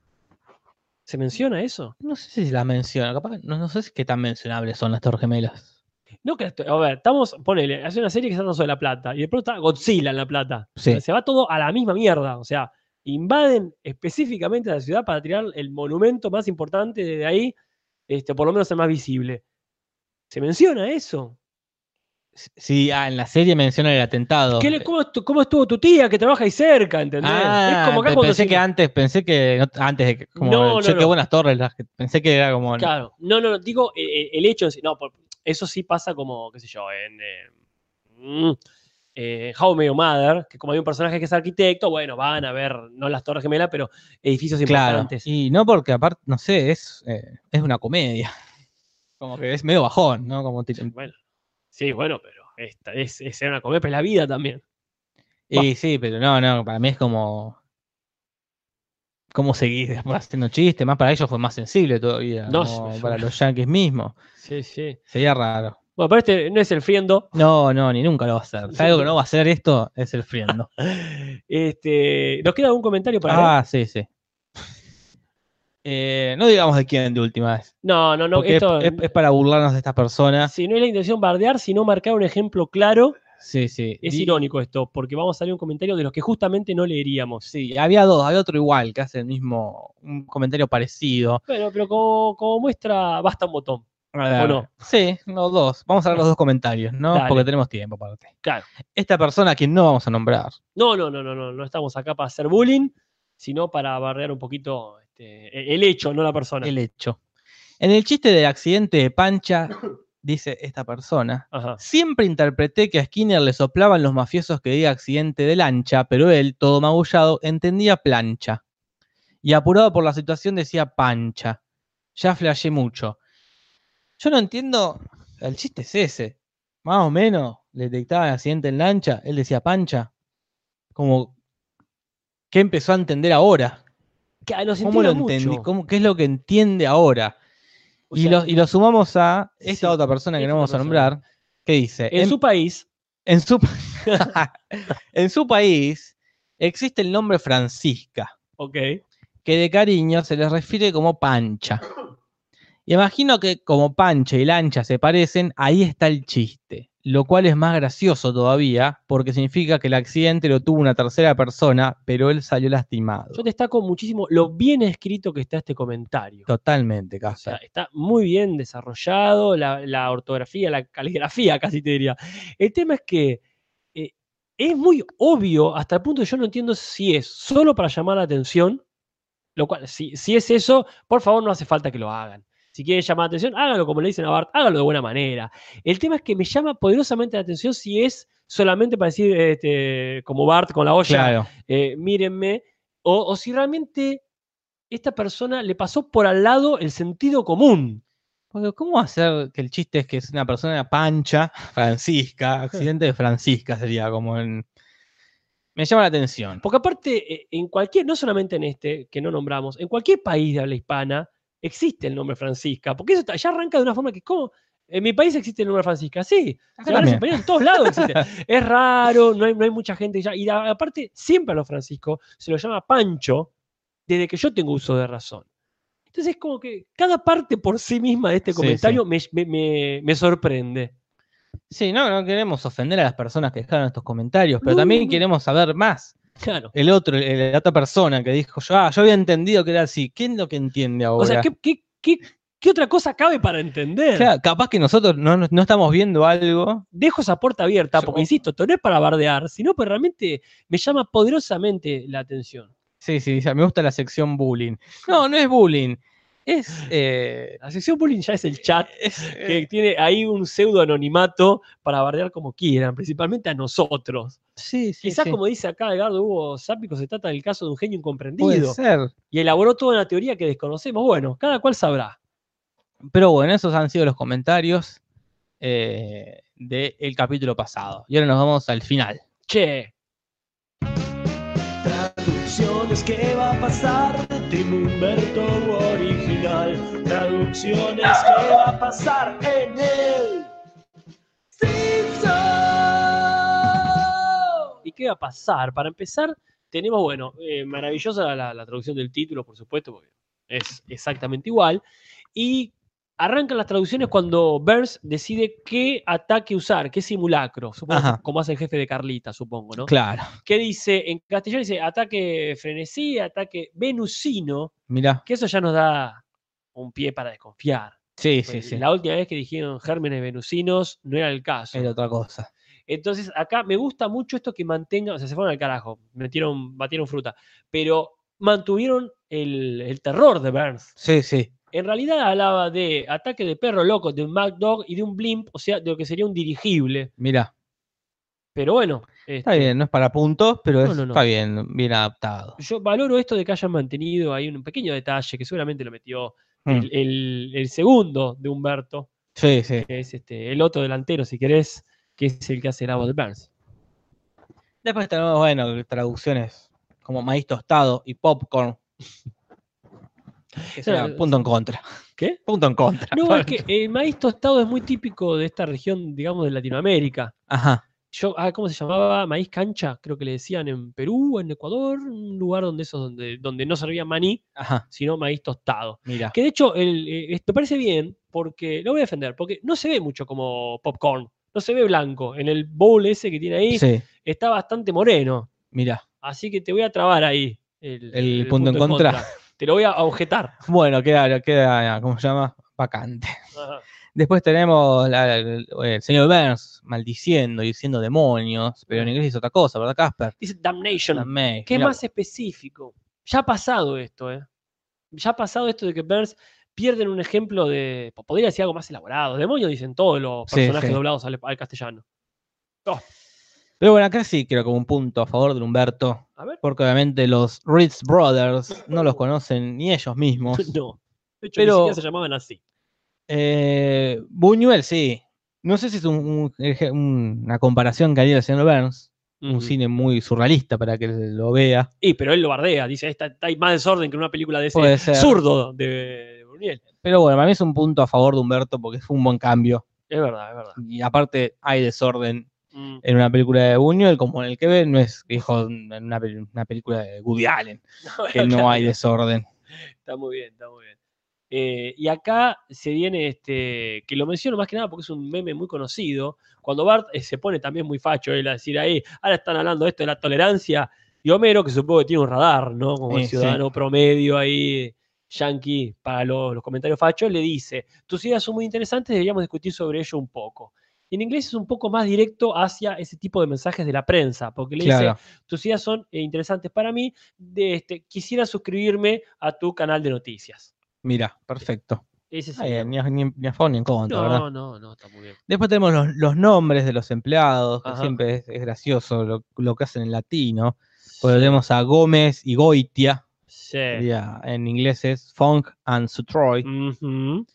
Speaker 2: ¿Se menciona eso?
Speaker 3: No sé si las menciono, capaz, no, no sé si qué tan mencionables son las Torres Gemelas.
Speaker 2: No, que las to- a ver, estamos, ponele, hace una serie que se trata sobre La Plata y de pronto está Godzilla en La Plata.
Speaker 3: Sí.
Speaker 2: Se va todo a la misma mierda. O sea, invaden específicamente la ciudad para tirar el monumento más importante de ahí, este, por lo menos el más visible. ¿Se menciona eso?
Speaker 3: Sí, ah, en la serie mencionan el atentado.
Speaker 2: ¿Qué le- cómo, estu- cómo estuvo tu tía que trabaja ahí cerca? ¿Entendés?
Speaker 3: Ah, pe- pensé
Speaker 2: se-
Speaker 3: que antes, pensé que no- antes de que, como
Speaker 2: No,
Speaker 3: el- yo
Speaker 2: no,
Speaker 3: qué
Speaker 2: no.
Speaker 3: buenas torres, las que- pensé que era como
Speaker 2: Claro, no, no, no, digo eh, eh, el hecho en sí, no, por- eso sí pasa como, qué sé yo, en eh, mm, eh, How I Met Your Mother, que como hay un personaje que es arquitecto, bueno, van a ver, no las Torres Gemelas, pero edificios
Speaker 3: claro.
Speaker 2: importantes.
Speaker 3: Y no porque aparte, no sé, es, eh, es una comedia. Como que es medio bajón, ¿no? Como ti-
Speaker 2: Bueno, sí, bueno, pero esta es, es una comedia, pero es la vida también.
Speaker 3: Y sí, pero no, no, para mí es como. ¿Cómo seguís después haciendo chistes? Más para ellos fue más sensible todavía.
Speaker 2: No,
Speaker 3: como
Speaker 2: sí,
Speaker 3: para
Speaker 2: sí.
Speaker 3: los yankees mismos.
Speaker 2: Sí, sí.
Speaker 3: Sería raro.
Speaker 2: Bueno, pero este no es el friendo.
Speaker 3: No, no, ni nunca lo va a hacer. Si algo que no va a hacer esto es el friendo.
Speaker 2: Este, ¿Nos queda algún comentario para leer?
Speaker 3: ah, sí, sí. Eh, no digamos de quién de última vez.
Speaker 2: No, no, no,
Speaker 3: porque es-
Speaker 2: esto
Speaker 3: es, es para burlarnos de estas personas.
Speaker 2: si no es la intención bardear, sino marcar un ejemplo claro.
Speaker 3: Sí, sí.
Speaker 2: Es
Speaker 3: Di-
Speaker 2: irónico esto, porque vamos a leer un comentario de los que justamente no leeríamos.
Speaker 3: Sí, había dos, había otro igual que hace el mismo, un comentario parecido.
Speaker 2: Bueno, pero como, como muestra, basta un botón.
Speaker 3: A ver,
Speaker 2: no?
Speaker 3: Sí, los dos. Vamos a ver los dos comentarios, ¿no?
Speaker 2: Dale.
Speaker 3: Porque tenemos tiempo, aparte.
Speaker 2: Claro.
Speaker 3: Esta persona a quien no vamos a nombrar.
Speaker 2: No, no, no, no, no, no estamos acá para hacer bullying, sino para barrear un poquito este, e- el hecho, no la persona.
Speaker 3: El hecho. En el chiste del accidente de Pancha, dice esta persona,
Speaker 2: Ajá.
Speaker 3: siempre interpreté que a Skinner le soplaban los mafiosos que diga accidente de lancha, pero él, todo magullado, entendía plancha. Y apurado por la situación decía pancha. Ya flasheé mucho. Yo no entiendo, el chiste es ese. Más o menos, le detectaban accidente en lancha, él decía pancha. Como, ¿qué empezó a entender ahora?
Speaker 2: Que a- nos
Speaker 3: ¿Cómo lo
Speaker 2: entera mucho.
Speaker 3: entendí? ¿Cómo- ¿Qué es lo que entiende ahora?
Speaker 2: O
Speaker 3: y,
Speaker 2: sea,
Speaker 3: lo, y lo sumamos a esta
Speaker 2: sí,
Speaker 3: otra persona que
Speaker 2: esta
Speaker 3: no vamos a
Speaker 2: otra persona.
Speaker 3: nombrar, que dice,
Speaker 2: En su país,
Speaker 3: en su, en su país existe el nombre Francisca,
Speaker 2: ok,
Speaker 3: que de cariño se les refiere como pancha. Y imagino que como pancha y lancha se parecen, ahí está el chiste, lo cual es más gracioso todavía, porque significa que el accidente lo tuvo una tercera persona, pero él salió lastimado.
Speaker 2: yo destaco muchísimo lo bien escrito que está este comentario.
Speaker 3: Totalmente,
Speaker 2: O sea,
Speaker 3: Casa.
Speaker 2: está muy bien desarrollado, la, la ortografía, la caligrafía casi te diría. El tema es que eh, es muy obvio hasta el punto que yo no entiendo si es solo para llamar la atención, lo cual, si, si es eso, por favor no hace falta que lo hagan. Si quieren llamar la atención, hágalo como le dicen a Bart, hágalo de buena manera. El tema es que me llama poderosamente la atención si es solamente para decir, este, como Bart con la olla,
Speaker 3: Claro.
Speaker 2: eh, mírenme, o, o si realmente esta persona le pasó por al lado el sentido común.
Speaker 3: Porque ¿cómo hacer que el chiste es que es una persona pancha, Francisca, accidente de Francisca sería como en... Me llama la atención.
Speaker 2: Porque aparte, eh, en cualquier, no solamente en este, que no nombramos, en cualquier país de habla hispana existe el nombre Francisca, porque eso está- ya arranca de una forma que es como, en mi país existe el nombre Francisca, sí,
Speaker 3: Acá
Speaker 2: se habla
Speaker 3: también.
Speaker 2: español, en todos lados existe. es raro, no hay, no hay mucha gente ya, y a- aparte siempre a los Francisco se lo llama Pancho desde que yo tengo uso de razón. Entonces es como que cada parte por sí misma de este
Speaker 3: Sí,
Speaker 2: comentario Me, me- me- me sorprende.
Speaker 3: Sí, no, no queremos ofender a las personas que dejaron estos comentarios, pero
Speaker 2: No,
Speaker 3: también
Speaker 2: no.
Speaker 3: queremos saber más.
Speaker 2: Claro.
Speaker 3: El otro, el- la otra persona que dijo, yo, ah, yo había entendido que era así. ¿Qué es lo que entiende ahora?
Speaker 2: O sea, ¿qué, qué- qué- qué otra cosa cabe para entender?
Speaker 3: Claro, capaz que nosotros no, no estamos viendo algo.
Speaker 2: dejo esa puerta abierta,
Speaker 3: Yo-
Speaker 2: porque insisto, esto no es para bardear, sino porque realmente me llama poderosamente la atención.
Speaker 3: Sí, sí, sí, me gusta la sección bullying. No, no es bullying. Es. eh,
Speaker 2: La sección bullying ya es el chat
Speaker 3: es, eh,
Speaker 2: que tiene ahí un pseudo anonimato para bardear como quieran, principalmente a nosotros.
Speaker 3: sí, sí,
Speaker 2: Quizás,
Speaker 3: sí.
Speaker 2: como dice acá Edgardo Hugo Sápico, se trata del caso de un genio
Speaker 3: Puede
Speaker 2: incomprendido
Speaker 3: ser.
Speaker 2: y elaboró toda una teoría que desconocemos. Bueno, cada cual sabrá.
Speaker 3: Pero bueno, esos han sido los comentarios eh, del capítulo pasado. Y ahora nos vamos al final.
Speaker 2: Che,
Speaker 1: Traducciones, ¿qué va a pasar? Tim Humberto original. Traducciones, ¿qué va a pasar en el Simpson?
Speaker 2: ¿y qué va a pasar? Para empezar, tenemos, bueno, eh, maravillosa la, la traducción del título, por supuesto, porque es exactamente igual. Y arrancan las traducciones cuando Burns decide qué ataque usar, qué simulacro, supongo,
Speaker 3: Ajá.
Speaker 2: como hace el jefe de Carlita, supongo, ¿no?
Speaker 3: Claro,
Speaker 2: Que dice, en castellano dice ataque frenesí, ataque venusino,
Speaker 3: mirá.
Speaker 2: que eso ya nos da un pie para desconfiar.
Speaker 3: Sí, sí,
Speaker 2: Pues,
Speaker 3: sí.
Speaker 2: La última vez que dijeron gérmenes venusinos no era el caso.
Speaker 3: Era otra cosa.
Speaker 2: Entonces, acá me gusta mucho esto que mantengan, o sea, se fueron al carajo, metieron, batieron fruta, pero mantuvieron el, el terror de Burns.
Speaker 3: Sí, sí.
Speaker 2: En realidad hablaba de ataque de perro loco, de un Mad Dog y de un blimp, o sea, de lo que sería un dirigible.
Speaker 3: Mirá.
Speaker 2: Pero bueno,
Speaker 3: Está
Speaker 2: este,
Speaker 3: bien, no es para puntos, pero
Speaker 2: No,
Speaker 3: es-
Speaker 2: no, no.
Speaker 3: está bien, bien adaptado.
Speaker 2: yo valoro esto de que hayan mantenido ahí un pequeño detalle que seguramente lo metió
Speaker 3: Mm.
Speaker 2: el, el- el segundo de Humberto,
Speaker 3: Sí, sí.
Speaker 2: que es este, el otro delantero, si querés, que es el que hace el agua de Burns.
Speaker 3: Después tenemos, bueno, traducciones como maíz tostado y popcorn. Que
Speaker 2: Claro,
Speaker 3: será punto en contra.
Speaker 2: ¿Qué?
Speaker 3: Punto en contra.
Speaker 2: No, es que el maíz tostado es muy típico de esta región, digamos, de Latinoamérica.
Speaker 3: Ajá.
Speaker 2: yo, ah, ¿cómo se llamaba? Maíz cancha, creo que le decían en Perú, en Ecuador, un lugar donde eso, donde, donde no servía maní,
Speaker 3: Ajá.
Speaker 2: sino maíz tostado.
Speaker 3: Mira.
Speaker 2: Que de hecho, el, eh, esto parece bien, porque lo voy a defender, porque no se ve mucho como popcorn, no se ve blanco. En el bowl ese que tiene ahí
Speaker 3: Sí,
Speaker 2: está bastante moreno,
Speaker 3: mira.
Speaker 2: así que te voy a trabar ahí el,
Speaker 3: El punto en contra.
Speaker 2: Te lo voy a objetar.
Speaker 3: Bueno, queda, queda, ¿cómo se llama? Vacante.
Speaker 2: Ajá.
Speaker 3: Después tenemos la- el, el señor Burns maldiciendo y diciendo demonios, pero en inglés es otra cosa, ¿verdad, Casper?
Speaker 2: Dice damnation.
Speaker 3: Amén,
Speaker 2: ¿Qué
Speaker 3: mirá.
Speaker 2: más específico? Ya ha pasado esto, ¿eh? Ya ha pasado esto de que Burns pierden un ejemplo de. po- Podría decir algo más elaborado. Demonio dicen todos los
Speaker 3: Sí,
Speaker 2: personajes
Speaker 3: sí.
Speaker 2: doblados al, al castellano.
Speaker 3: Pero bueno, acá sí creo que un punto a favor de Humberto,
Speaker 2: A ver.
Speaker 3: porque obviamente los Ritz Brothers no los conocen ni ellos mismos.
Speaker 2: No. De hecho,
Speaker 3: Pero-
Speaker 2: ni siquiera se llamaban así.
Speaker 3: Eh, Buñuel, sí. No sé si es un- un eje- un- una comparación que haría el señor Burns, un
Speaker 2: Ujú.
Speaker 3: cine muy surrealista para que lo vea.
Speaker 2: Y, pero él lo bardea. Dice: "Esta- está- hay más desorden que en una película de ese
Speaker 3: Puede ser.
Speaker 2: zurdo de, de Buñuel".
Speaker 3: Pero bueno, para mí es un punto a favor de Humberto porque fue un buen cambio.
Speaker 2: Es verdad, es verdad.
Speaker 3: Y aparte hay desorden
Speaker 2: Mm.
Speaker 3: en una película de Buñuel como en el que ve, no es dijo en una, pel- una película de Woody Allen, que no hay desorden.
Speaker 2: Está muy bien, está muy bien. Eh, y acá se viene este, que lo menciono más que nada porque es un meme muy conocido. Cuando Bart eh, se pone también muy facho, él a decir ahí, ahora están hablando de esto de la tolerancia. Y Homero, que supongo que tiene un radar, ¿no? Como el
Speaker 3: Sí, sí.
Speaker 2: ciudadano promedio ahí, yankee, para lo- los comentarios fachos, le dice: Tus ideas son muy interesantes, deberíamos discutir sobre ello un poco. Y en inglés es un poco más directo hacia ese tipo de mensajes de la prensa, porque le dice:
Speaker 3: Claro.
Speaker 2: tus ideas son eh, interesantes para mí. De, este, quisiera suscribirme a tu canal de noticias.
Speaker 3: Mira, perfecto.
Speaker 2: Ese es
Speaker 3: Está
Speaker 2: el
Speaker 3: bien,
Speaker 2: nombre.
Speaker 3: ni, a- ni, ni a favor ni en contra, ¿verdad?
Speaker 2: no, no, no, está muy bien.
Speaker 3: Después tenemos los, los nombres de los empleados, que
Speaker 2: Ajá.
Speaker 3: siempre es, es gracioso lo, lo que hacen en latino. Porque tenemos a Gómez y Goitia,
Speaker 2: Sí.
Speaker 3: sería- en inglés es Funk and Sutroy.
Speaker 2: Ujú.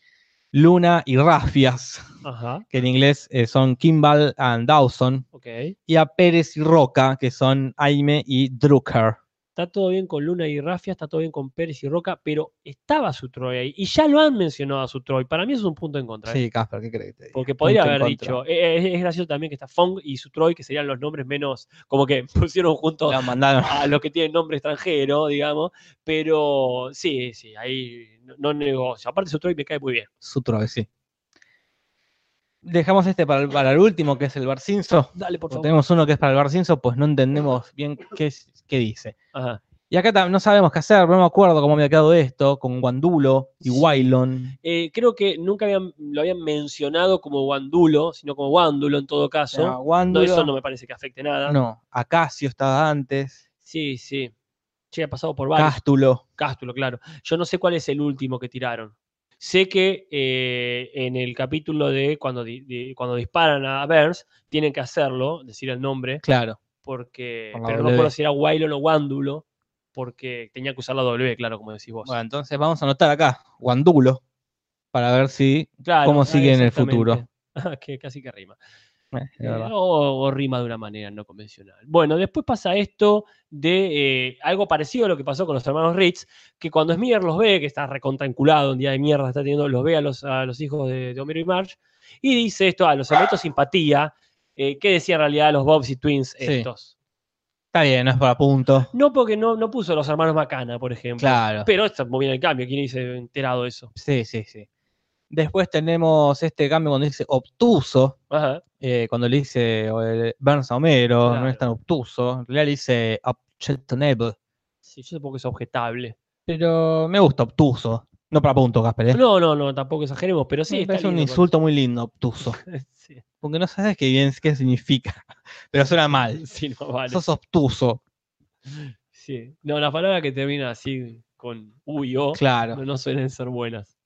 Speaker 3: Luna y Rafias,
Speaker 2: Ajá,
Speaker 3: que en inglés eh, son Kimball and Dawson,
Speaker 2: ok.
Speaker 3: y a Pérez y Roca, que son Aime y Drucker.
Speaker 2: Está todo bien con Luna y Rafia, está todo bien con Pérez y Roca, pero estaba su Troy ahí. Y ya lo han mencionado a su Troy. Para mí eso es un punto en contra. ¿eh?
Speaker 3: Sí, Casper, ¿qué crees? que te diga?
Speaker 2: Porque podría
Speaker 3: Punto en
Speaker 2: haber
Speaker 3: contra.
Speaker 2: dicho. eh, eh, Es, gracioso también que está Fong y su Troy, que serían los nombres menos. Como que pusieron juntos
Speaker 3: La mandaron.
Speaker 2: a los que tienen nombre extranjero, digamos. Pero sí, sí, ahí no, no negocio. Aparte, su Troy me cae muy bien.
Speaker 3: Su trove, sí. Dejamos este para el, para el último, que es el Barcinso.
Speaker 2: Dale, por
Speaker 3: Como
Speaker 2: favor.
Speaker 3: Tenemos uno que es para el Barcinso, pues no entendemos bien qué, es- qué dice.
Speaker 2: Ajá.
Speaker 3: Y acá tam- no sabemos qué hacer, no me acuerdo cómo me ha quedado esto, con Guandulo y Wailon.
Speaker 2: Eh, creo que nunca habían, lo habían mencionado como Guandulo, sino como Guándulo en todo caso.
Speaker 3: Ah,
Speaker 2: No,
Speaker 3: Guándulo-
Speaker 2: eso no me parece que afecte nada.
Speaker 3: no, Acacio estaba antes,
Speaker 2: Sí, sí. Che, ha pasado por varios.
Speaker 3: Cástulo.
Speaker 2: Cástulo, claro. Yo no sé cuál es el último que tiraron. Sé que eh, en el capítulo de cuando, di- di- cuando disparan a Burns, tienen que hacerlo, decir el nombre,
Speaker 3: Claro,
Speaker 2: porque.
Speaker 3: Por la
Speaker 2: pero no
Speaker 3: W.
Speaker 2: me acuerdo si era Wailon o Guándulo, porque tenía que usar la W, claro, como decís vos.
Speaker 3: bueno, entonces vamos a anotar acá, Guandulo, para ver si...
Speaker 2: Claro,
Speaker 3: ¿cómo
Speaker 2: ah,
Speaker 3: sigue en el
Speaker 2: exactamente.
Speaker 3: futuro?
Speaker 2: Ah, que casi que rima.
Speaker 3: eh, es
Speaker 2: Eh,
Speaker 3: verdad.
Speaker 2: o, o rima de una manera no convencional. Bueno, después pasa esto de eh, algo parecido a lo que pasó con los hermanos Ritz, que cuando Smear los ve, que está recontanculado, un día de mierda está teniendo, los ve a los, a los hijos de, de Homero y Marge, y dice esto, a los elementos simpatía, eh, que decía en realidad los Bobs y Twins
Speaker 3: Sí.
Speaker 2: estos.
Speaker 3: Está bien, no es para punto.
Speaker 2: No porque no, no puso los hermanos Macana, por ejemplo.
Speaker 3: Claro.
Speaker 2: Pero está muy bien el cambio, ¿quién dice enterado de eso?
Speaker 3: Sí, sí, sí. Después tenemos este cambio cuando dice obtuso,
Speaker 2: Ajá.
Speaker 3: eh, cuando le dice o el Burns a Homero, no
Speaker 2: Claro.
Speaker 3: es tan obtuso. En realidad le dice objectionable.
Speaker 2: Sí, yo supongo que es objetable.
Speaker 3: Pero me gusta obtuso. No para punto, Casper. ¿eh?
Speaker 2: No, no, no, tampoco exageremos, pero sí.
Speaker 3: me
Speaker 2: está
Speaker 3: parece un
Speaker 2: lindo cuando-
Speaker 3: insulto muy lindo, obtuso.
Speaker 2: Sí.
Speaker 3: Porque no sabes qué bien qué significa. Pero suena mal.
Speaker 2: Sí, no vale.
Speaker 3: Sos obtuso.
Speaker 2: Sí. No, las palabras que terminan así con oh", U y O
Speaker 3: Claro.
Speaker 2: no, no suelen ser buenas.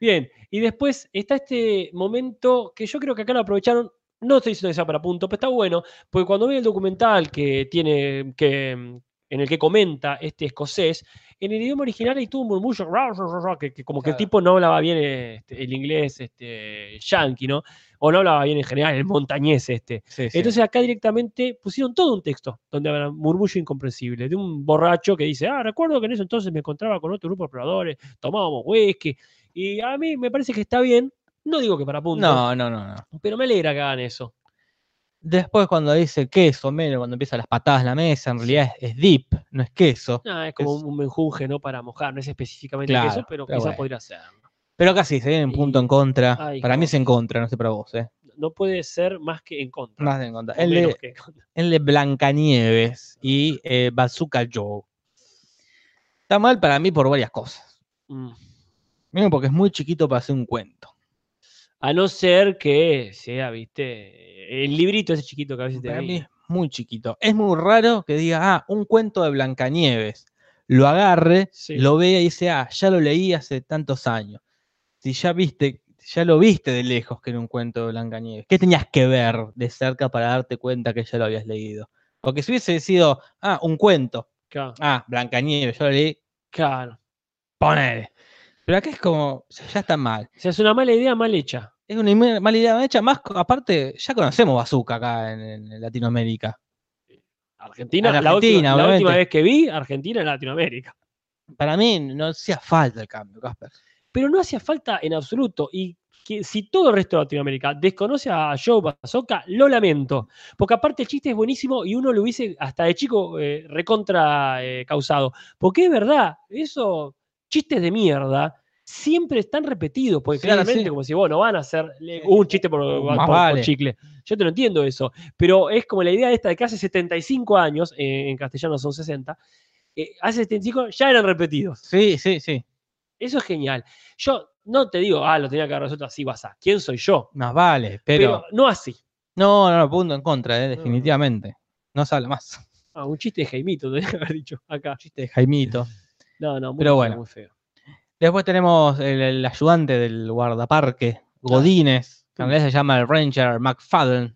Speaker 2: Bien, y después está este momento que yo creo que acá lo aprovecharon. No estoy diciendo que sea para punto, pero está bueno, porque cuando ve el documental que tiene, que, mm, en el que comenta este escocés, en el idioma original ahí tuvo un murmullo, ra, ra, ra, ra, que, que como que el
Speaker 3: Claro.
Speaker 2: tipo no hablaba bien este, el inglés este, yankee, ¿no? O no hablaba bien en general el montañés este.
Speaker 3: Sí, sí.
Speaker 2: Entonces acá directamente pusieron todo un texto donde habrá murmullo incomprensible de un borracho que dice, ah, recuerdo que en eso entonces me encontraba con otro grupo de exploradores, tomábamos whisky, y a mí me parece que está bien, no digo que para punto,
Speaker 3: no, no, no, no.
Speaker 2: pero me alegra que hagan eso.
Speaker 3: Después cuando dice queso, Homero, cuando empieza las patadas en la mesa, en realidad es, es dip, no es queso.
Speaker 2: Ah, es como
Speaker 3: Es-
Speaker 2: un menjunje, ¿no? Para mojar, no es específicamente
Speaker 3: Claro,
Speaker 2: eso,
Speaker 3: pero
Speaker 2: pero, quizás
Speaker 3: bueno.
Speaker 2: podría serlo.
Speaker 3: Pero casi se viene un punto en contra.
Speaker 2: Ay,
Speaker 3: para mí es
Speaker 2: Jorge.
Speaker 3: en contra, no sé para vos, ¿eh?
Speaker 2: No puede ser más que en contra.
Speaker 3: Más en contra.
Speaker 2: o
Speaker 3: El
Speaker 2: menos
Speaker 3: de,
Speaker 2: que en contra.
Speaker 3: el de Blancanieves y eh, Bazooka Joe. Está mal para mí por varias cosas.
Speaker 2: Mm.
Speaker 3: Primero porque es muy chiquito para hacer un cuento.
Speaker 2: A no ser que sea, viste, el librito ese chiquito que a veces te
Speaker 3: Para mí
Speaker 2: viene.
Speaker 3: es muy chiquito. Es muy raro que diga, ah, un cuento de Blancanieves. Lo agarre,
Speaker 2: Sí.
Speaker 3: lo vea y dice, ah, ya lo leí hace tantos años. Si ya viste, ya lo viste de lejos que era un cuento de Blancanieves. ¿Qué tenías que ver de cerca para darte cuenta que ya lo habías leído? Porque si hubiese sido, ah, un cuento,
Speaker 2: Claro,
Speaker 3: ah, Blancanieves, yo lo leí,
Speaker 2: claro.
Speaker 3: poner. Pero acá es como, ya, ya está mal.
Speaker 2: O sea, es una mala idea mal hecha.
Speaker 3: Es una ima- mala idea hecha, más co- aparte, ya conocemos Bazooka acá en, en Latinoamérica.
Speaker 2: Argentina,
Speaker 3: En
Speaker 2: la, última,
Speaker 3: Argentina,
Speaker 2: la
Speaker 3: obviamente.
Speaker 2: última vez que vi Argentina en Latinoamérica.
Speaker 3: Para mí no hacía falta el cambio, Casper.
Speaker 2: Pero no hacía falta en absoluto. Y que si todo el resto de Latinoamérica desconoce a Joe Bazooka, lo lamento. Porque aparte el chiste es buenísimo y uno lo hubiese hasta de chico eh, recontra eh, causado. Porque es verdad, esos chistes de mierda siempre están repetidos. Porque
Speaker 3: Sí,
Speaker 2: claramente,
Speaker 3: sí.
Speaker 2: como si vos no van a hacer le- un chiste por,
Speaker 3: Más
Speaker 2: por- por
Speaker 3: vale.
Speaker 2: chicle. Yo te lo entiendo eso. Pero es como la idea esta de que hace 75 años, eh, en castellano son 60, eh, hace 75 ya eran repetidos.
Speaker 3: Sí, sí, sí.
Speaker 2: Eso es genial. Yo no te digo, ah, lo tenía que haber resuelto así, vas a. ¿Quién soy yo?
Speaker 3: Más vale, pero.
Speaker 2: Pero, no así.
Speaker 3: No, no, no, punto en contra, eh,
Speaker 2: no.
Speaker 3: definitivamente. No sale más.
Speaker 2: Ah, un chiste de Jaimito, tenía que haber dicho acá.
Speaker 3: Chiste de Jaimito.
Speaker 2: No, no, muy
Speaker 3: Pero
Speaker 2: feo,
Speaker 3: bueno.
Speaker 2: muy feo.
Speaker 3: Después tenemos el, el ayudante del guardaparque, Godínez, que en inglés se llama el Ranger McFadden.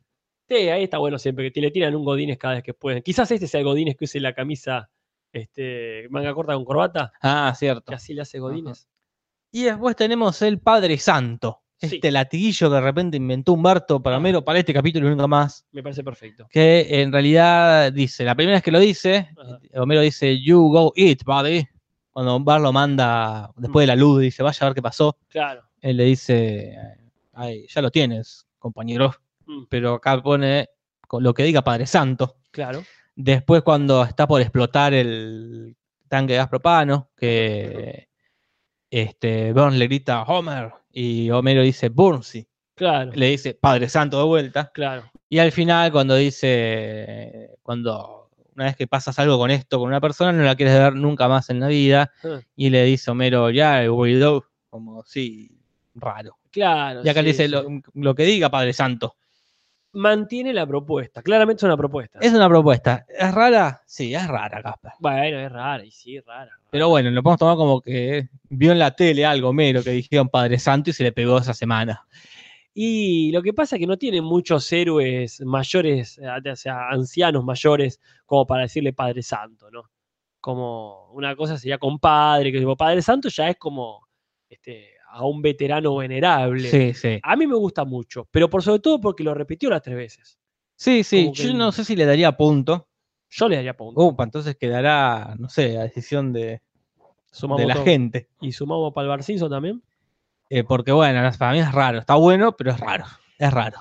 Speaker 2: Sí, ahí está bueno siempre que te le tiran un Godínez cada vez que pueden. Quizás este sea el Godínez que use la camisa este, manga corta con corbata,
Speaker 3: Ah, cierto.
Speaker 2: que así le hace Godínez.
Speaker 3: Y después tenemos el Padre Santo.
Speaker 2: Sí.
Speaker 3: Este latiguillo que de repente inventó Humberto para Homero para este capítulo y nunca más.
Speaker 2: Me parece perfecto.
Speaker 3: Que en realidad dice, la primera vez que lo dice,
Speaker 2: Ajá.
Speaker 3: Homero dice, You go eat, buddy. Cuando Bar lo manda después de la luz, dice, vaya a ver qué pasó.
Speaker 2: Claro.
Speaker 3: Él le dice, "Ay, ya lo tienes, compañero.
Speaker 2: Mm.
Speaker 3: Pero acá pone con lo que diga Padre Santo.
Speaker 2: Claro.
Speaker 3: Después, cuando está por explotar el tanque de gas propano, que este, Burns le grita Homer y Homero dice Burnsy,
Speaker 2: Claro.
Speaker 3: le dice Padre Santo de vuelta.
Speaker 2: Claro.
Speaker 3: Y al final, cuando dice, cuando una vez que pasas algo con esto, con una persona, no la quieres ver nunca más en la vida,
Speaker 2: Ah.
Speaker 3: y le dice Homero, ya, el weirdo, como sí, raro.
Speaker 2: Claro.
Speaker 3: Y acá le
Speaker 2: sí,
Speaker 3: dice
Speaker 2: sí.
Speaker 3: lo, lo que diga Padre Santo.
Speaker 2: Mantiene la propuesta. Claramente es una propuesta.
Speaker 3: Es una propuesta. ¿Es rara? Sí, es rara, Casper.
Speaker 2: Bueno, es rara, y sí, rara. rara.
Speaker 3: Pero bueno, lo podemos tomar como que vio en la tele algo mero que dijeron Padre Santo y se le pegó esa semana.
Speaker 2: Y lo que pasa es que no tiene muchos héroes mayores, eh, o sea, ancianos mayores, como para decirle Padre Santo, ¿no? Como una cosa sería compadre, que tipo, Padre Santo ya es como este, a un veterano venerable.
Speaker 3: Sí, sí.
Speaker 2: A mí me gusta mucho, pero por sobre todo porque lo repitió las tres veces.
Speaker 3: Sí, sí.
Speaker 2: Como que
Speaker 3: Yo
Speaker 2: el-
Speaker 3: no sé si le daría punto.
Speaker 2: Yo le daría punto.
Speaker 3: Upa, entonces quedará, no sé, a decisión de,
Speaker 2: Sumamos
Speaker 3: de la
Speaker 2: todo.
Speaker 3: gente.
Speaker 2: Y sumamos para el Barcinson también.
Speaker 3: Eh, porque bueno, para mí es raro. Está bueno, pero es raro. Es raro.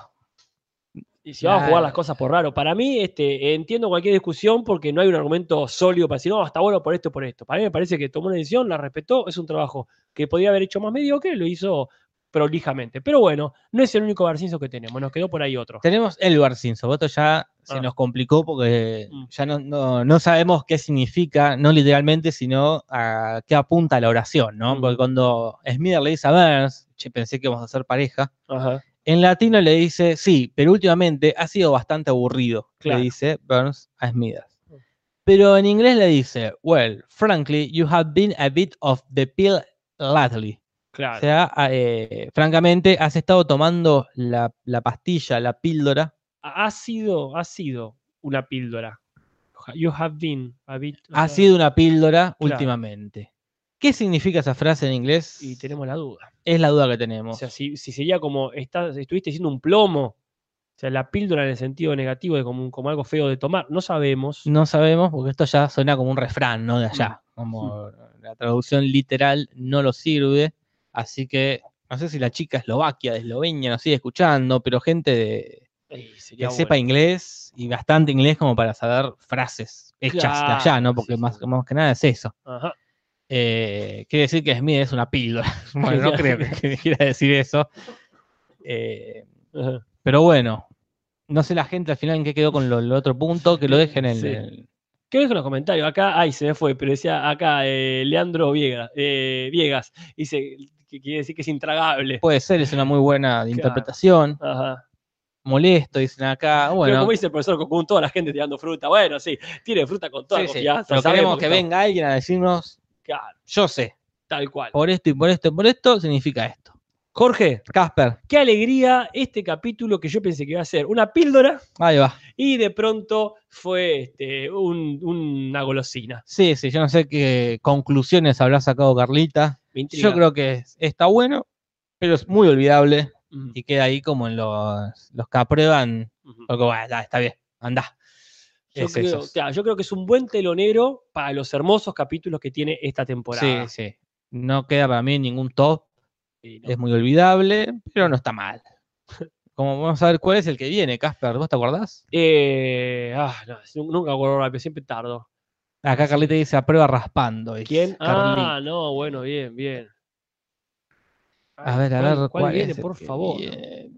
Speaker 2: Y si vamos a jugar
Speaker 3: Claro.
Speaker 2: las cosas por raro. Para mí, este, entiendo cualquier discusión porque no hay un argumento sólido para decir, no, está bueno por esto, por esto. Para mí me parece que tomó una decisión, la respetó, es un trabajo que podía haber hecho más mediocre, lo hizo prolijamente. Pero bueno, no es el único Barcinso que tenemos, nos quedó por ahí otro.
Speaker 3: Tenemos el Barcinso. Esto ya se
Speaker 2: Ah.
Speaker 3: nos complicó porque
Speaker 2: Mm.
Speaker 3: ya no, no, no sabemos qué significa, no literalmente, sino a qué apunta la oración, ¿no?
Speaker 2: Mm.
Speaker 3: Porque cuando Smith le dice a Burns, che, pensé que íbamos a ser pareja.
Speaker 2: Ajá,
Speaker 3: En latino le dice, sí, pero últimamente ha sido bastante aburrido,
Speaker 2: Claro. Mm.
Speaker 3: le dice Burns a Smithers. Pero en inglés le dice, well, frankly, you have been a bit of the pill lately.
Speaker 2: claro.
Speaker 3: O sea, a- eh, francamente, has estado tomando la, la pastilla, la píldora.
Speaker 2: ha ha sido, ha sido una píldora. You have been a bit-
Speaker 3: Ha sido una píldora
Speaker 2: Claro.
Speaker 3: últimamente. ¿Qué significa esa frase en inglés?
Speaker 2: Y tenemos la duda.
Speaker 3: Es la duda que
Speaker 2: O
Speaker 3: tenemos.
Speaker 2: sea, si, si sería como, estás, estuviste siendo un plomo. O sea, la píldora en el sentido negativo de como, un- como algo feo de tomar. No sabemos.
Speaker 3: No sabemos, porque esto ya suena como un refrán, ¿no? De allá.
Speaker 2: Mm.
Speaker 3: Como la traducción literal no lo sirve. Así que no sé si la chica eslovaquia, de Eslovenia, nos sigue escuchando, pero gente de,
Speaker 2: Ey,
Speaker 3: que
Speaker 2: sería
Speaker 3: sepa
Speaker 2: bueno.
Speaker 3: inglés y bastante inglés como para saber frases hechas de allá,
Speaker 2: Claro,
Speaker 3: ¿no? Porque
Speaker 2: sí,
Speaker 3: más,
Speaker 2: sí.
Speaker 3: más que nada es eso.
Speaker 2: Ajá.
Speaker 3: Eh, quiere decir que Smith es una píldora. Bueno, no creo que, que quiera decir eso. Eh,
Speaker 2: ajá.
Speaker 3: pero bueno, no sé la gente al final en qué quedó con lo- el otro punto, que lo dejen en
Speaker 2: Sí.
Speaker 3: el.
Speaker 2: ¿Qué ves en los comentarios? Acá, ay, se me fue, pero decía acá eh, Leandro Viega- eh, Viegas. Dice que quiere decir que es intragable.
Speaker 3: Puede ser, es una muy buena interpretación.
Speaker 2: Ajá.
Speaker 3: Molesto, dicen acá.
Speaker 2: pero
Speaker 3: Bueno,
Speaker 2: como dice el profesor Cocún, toda la gente tirando fruta. Bueno, sí, tiene fruta con toda
Speaker 3: sí, sí,
Speaker 2: confianza.
Speaker 3: pero queremos
Speaker 2: sabemos
Speaker 3: que
Speaker 2: está-
Speaker 3: venga alguien a decirnos,
Speaker 2: Claro,
Speaker 3: yo sé,
Speaker 2: tal cual.
Speaker 3: por esto y por esto y por esto significa esto.
Speaker 2: Jorge,
Speaker 3: Casper,
Speaker 2: qué alegría este capítulo que yo pensé que iba a ser una píldora
Speaker 3: ahí va.
Speaker 2: y de pronto fue este, un- una golosina.
Speaker 3: Sí, sí, yo no sé qué conclusiones habrá sacado Carlita.
Speaker 2: Me
Speaker 3: Yo creo que es- está bueno, pero es muy olvidable
Speaker 2: que...
Speaker 3: y queda ahí como en los, los que aprueban. Porque, bueno, da, está bien, anda.
Speaker 2: Yo,
Speaker 3: Es
Speaker 2: creo,
Speaker 3: esos.
Speaker 2: claro, yo creo que es un buen telonero para los hermosos capítulos que tiene esta temporada.
Speaker 3: Sí, sí. No queda para mí ningún top,
Speaker 2: Sí, ¿no?
Speaker 3: es muy olvidable, pero no está mal. Como vamos a ver cuál es el que viene, Casper, ¿vos te acordás?
Speaker 2: Eh, ah, no, es- nunca acuerdo el horario, siempre tardo.
Speaker 3: Acá Carlita dice aprueba raspando. dice
Speaker 2: ¿Quién?
Speaker 3: Carlita.
Speaker 2: Ah, no, bueno, bien, bien.
Speaker 3: a ver, a ver.
Speaker 2: ¿Cuál, cuál viene,
Speaker 3: es el
Speaker 2: por
Speaker 3: que
Speaker 2: favor?
Speaker 3: viene?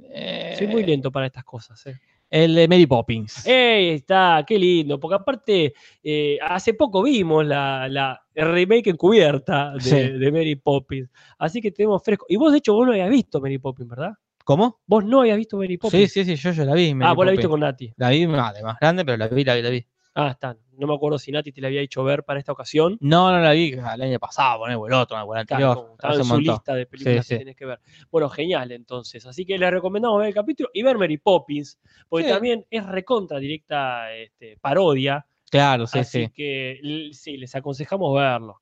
Speaker 2: Soy muy lento Eh, para estas cosas. eh.
Speaker 3: El de Mary Poppins.
Speaker 2: ¡Ey! Está, qué lindo. Porque aparte, eh, hace poco vimos la, la remake encubierta de,
Speaker 3: Sí.
Speaker 2: de Mary Poppins. Así que tenemos fresco. Y vos, de hecho, vos no habías visto Mary Poppins, ¿verdad?
Speaker 3: ¿Cómo?
Speaker 2: Vos no habías visto Mary
Speaker 3: Sí,
Speaker 2: Poppins.
Speaker 3: sí, sí, yo, yo la vi.
Speaker 2: ah,
Speaker 3: Mary
Speaker 2: vos la viste
Speaker 3: Poppins.
Speaker 2: con Nati.
Speaker 3: La vi más, de más grande, pero la vi, la vi, la vi.
Speaker 2: Ah, está. No me acuerdo si Nati te la había hecho ver para esta ocasión.
Speaker 3: No, no la vi el año pasado, bueno, o el otro, o el
Speaker 2: Claro,
Speaker 3: anterior.
Speaker 2: como estaba
Speaker 3: hace
Speaker 2: en
Speaker 3: un
Speaker 2: su
Speaker 3: montón.
Speaker 2: lista de películas
Speaker 3: Sí,
Speaker 2: que
Speaker 3: sí.
Speaker 2: tenés que ver. Bueno, genial entonces. Así que les recomendamos ver el capítulo y ver Mary Poppins, porque
Speaker 3: Sí.
Speaker 2: también es recontra directa este, parodia.
Speaker 3: Claro, sí,
Speaker 2: así
Speaker 3: sí.
Speaker 2: que l- sí, les aconsejamos verlo.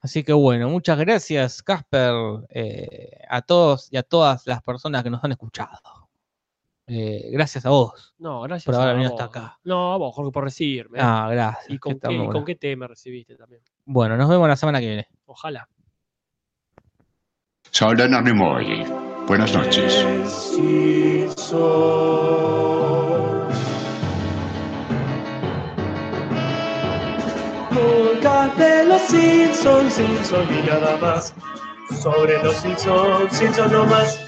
Speaker 3: Así que bueno, muchas gracias, Casper, eh, a todos y a todas las personas que nos han escuchado. Eh, gracias a vos.
Speaker 2: No, gracias.
Speaker 3: Por haber
Speaker 2: a
Speaker 3: venido
Speaker 2: vos.
Speaker 3: hasta acá.
Speaker 2: No, a vos, Jorge, por recibirme.
Speaker 3: Ah, gracias.
Speaker 2: ¿Y con
Speaker 3: Está
Speaker 2: qué,
Speaker 3: muy
Speaker 2: y
Speaker 3: bueno.
Speaker 2: con qué tema recibiste también?
Speaker 3: Bueno, nos vemos la semana que viene.
Speaker 2: Ojalá.
Speaker 4: Saulana Nimoy. Buenas noches.
Speaker 1: Preciso. Nunca de los Simpsons, Simpson y nada más. Sobre los Simpsons, Simpson no más.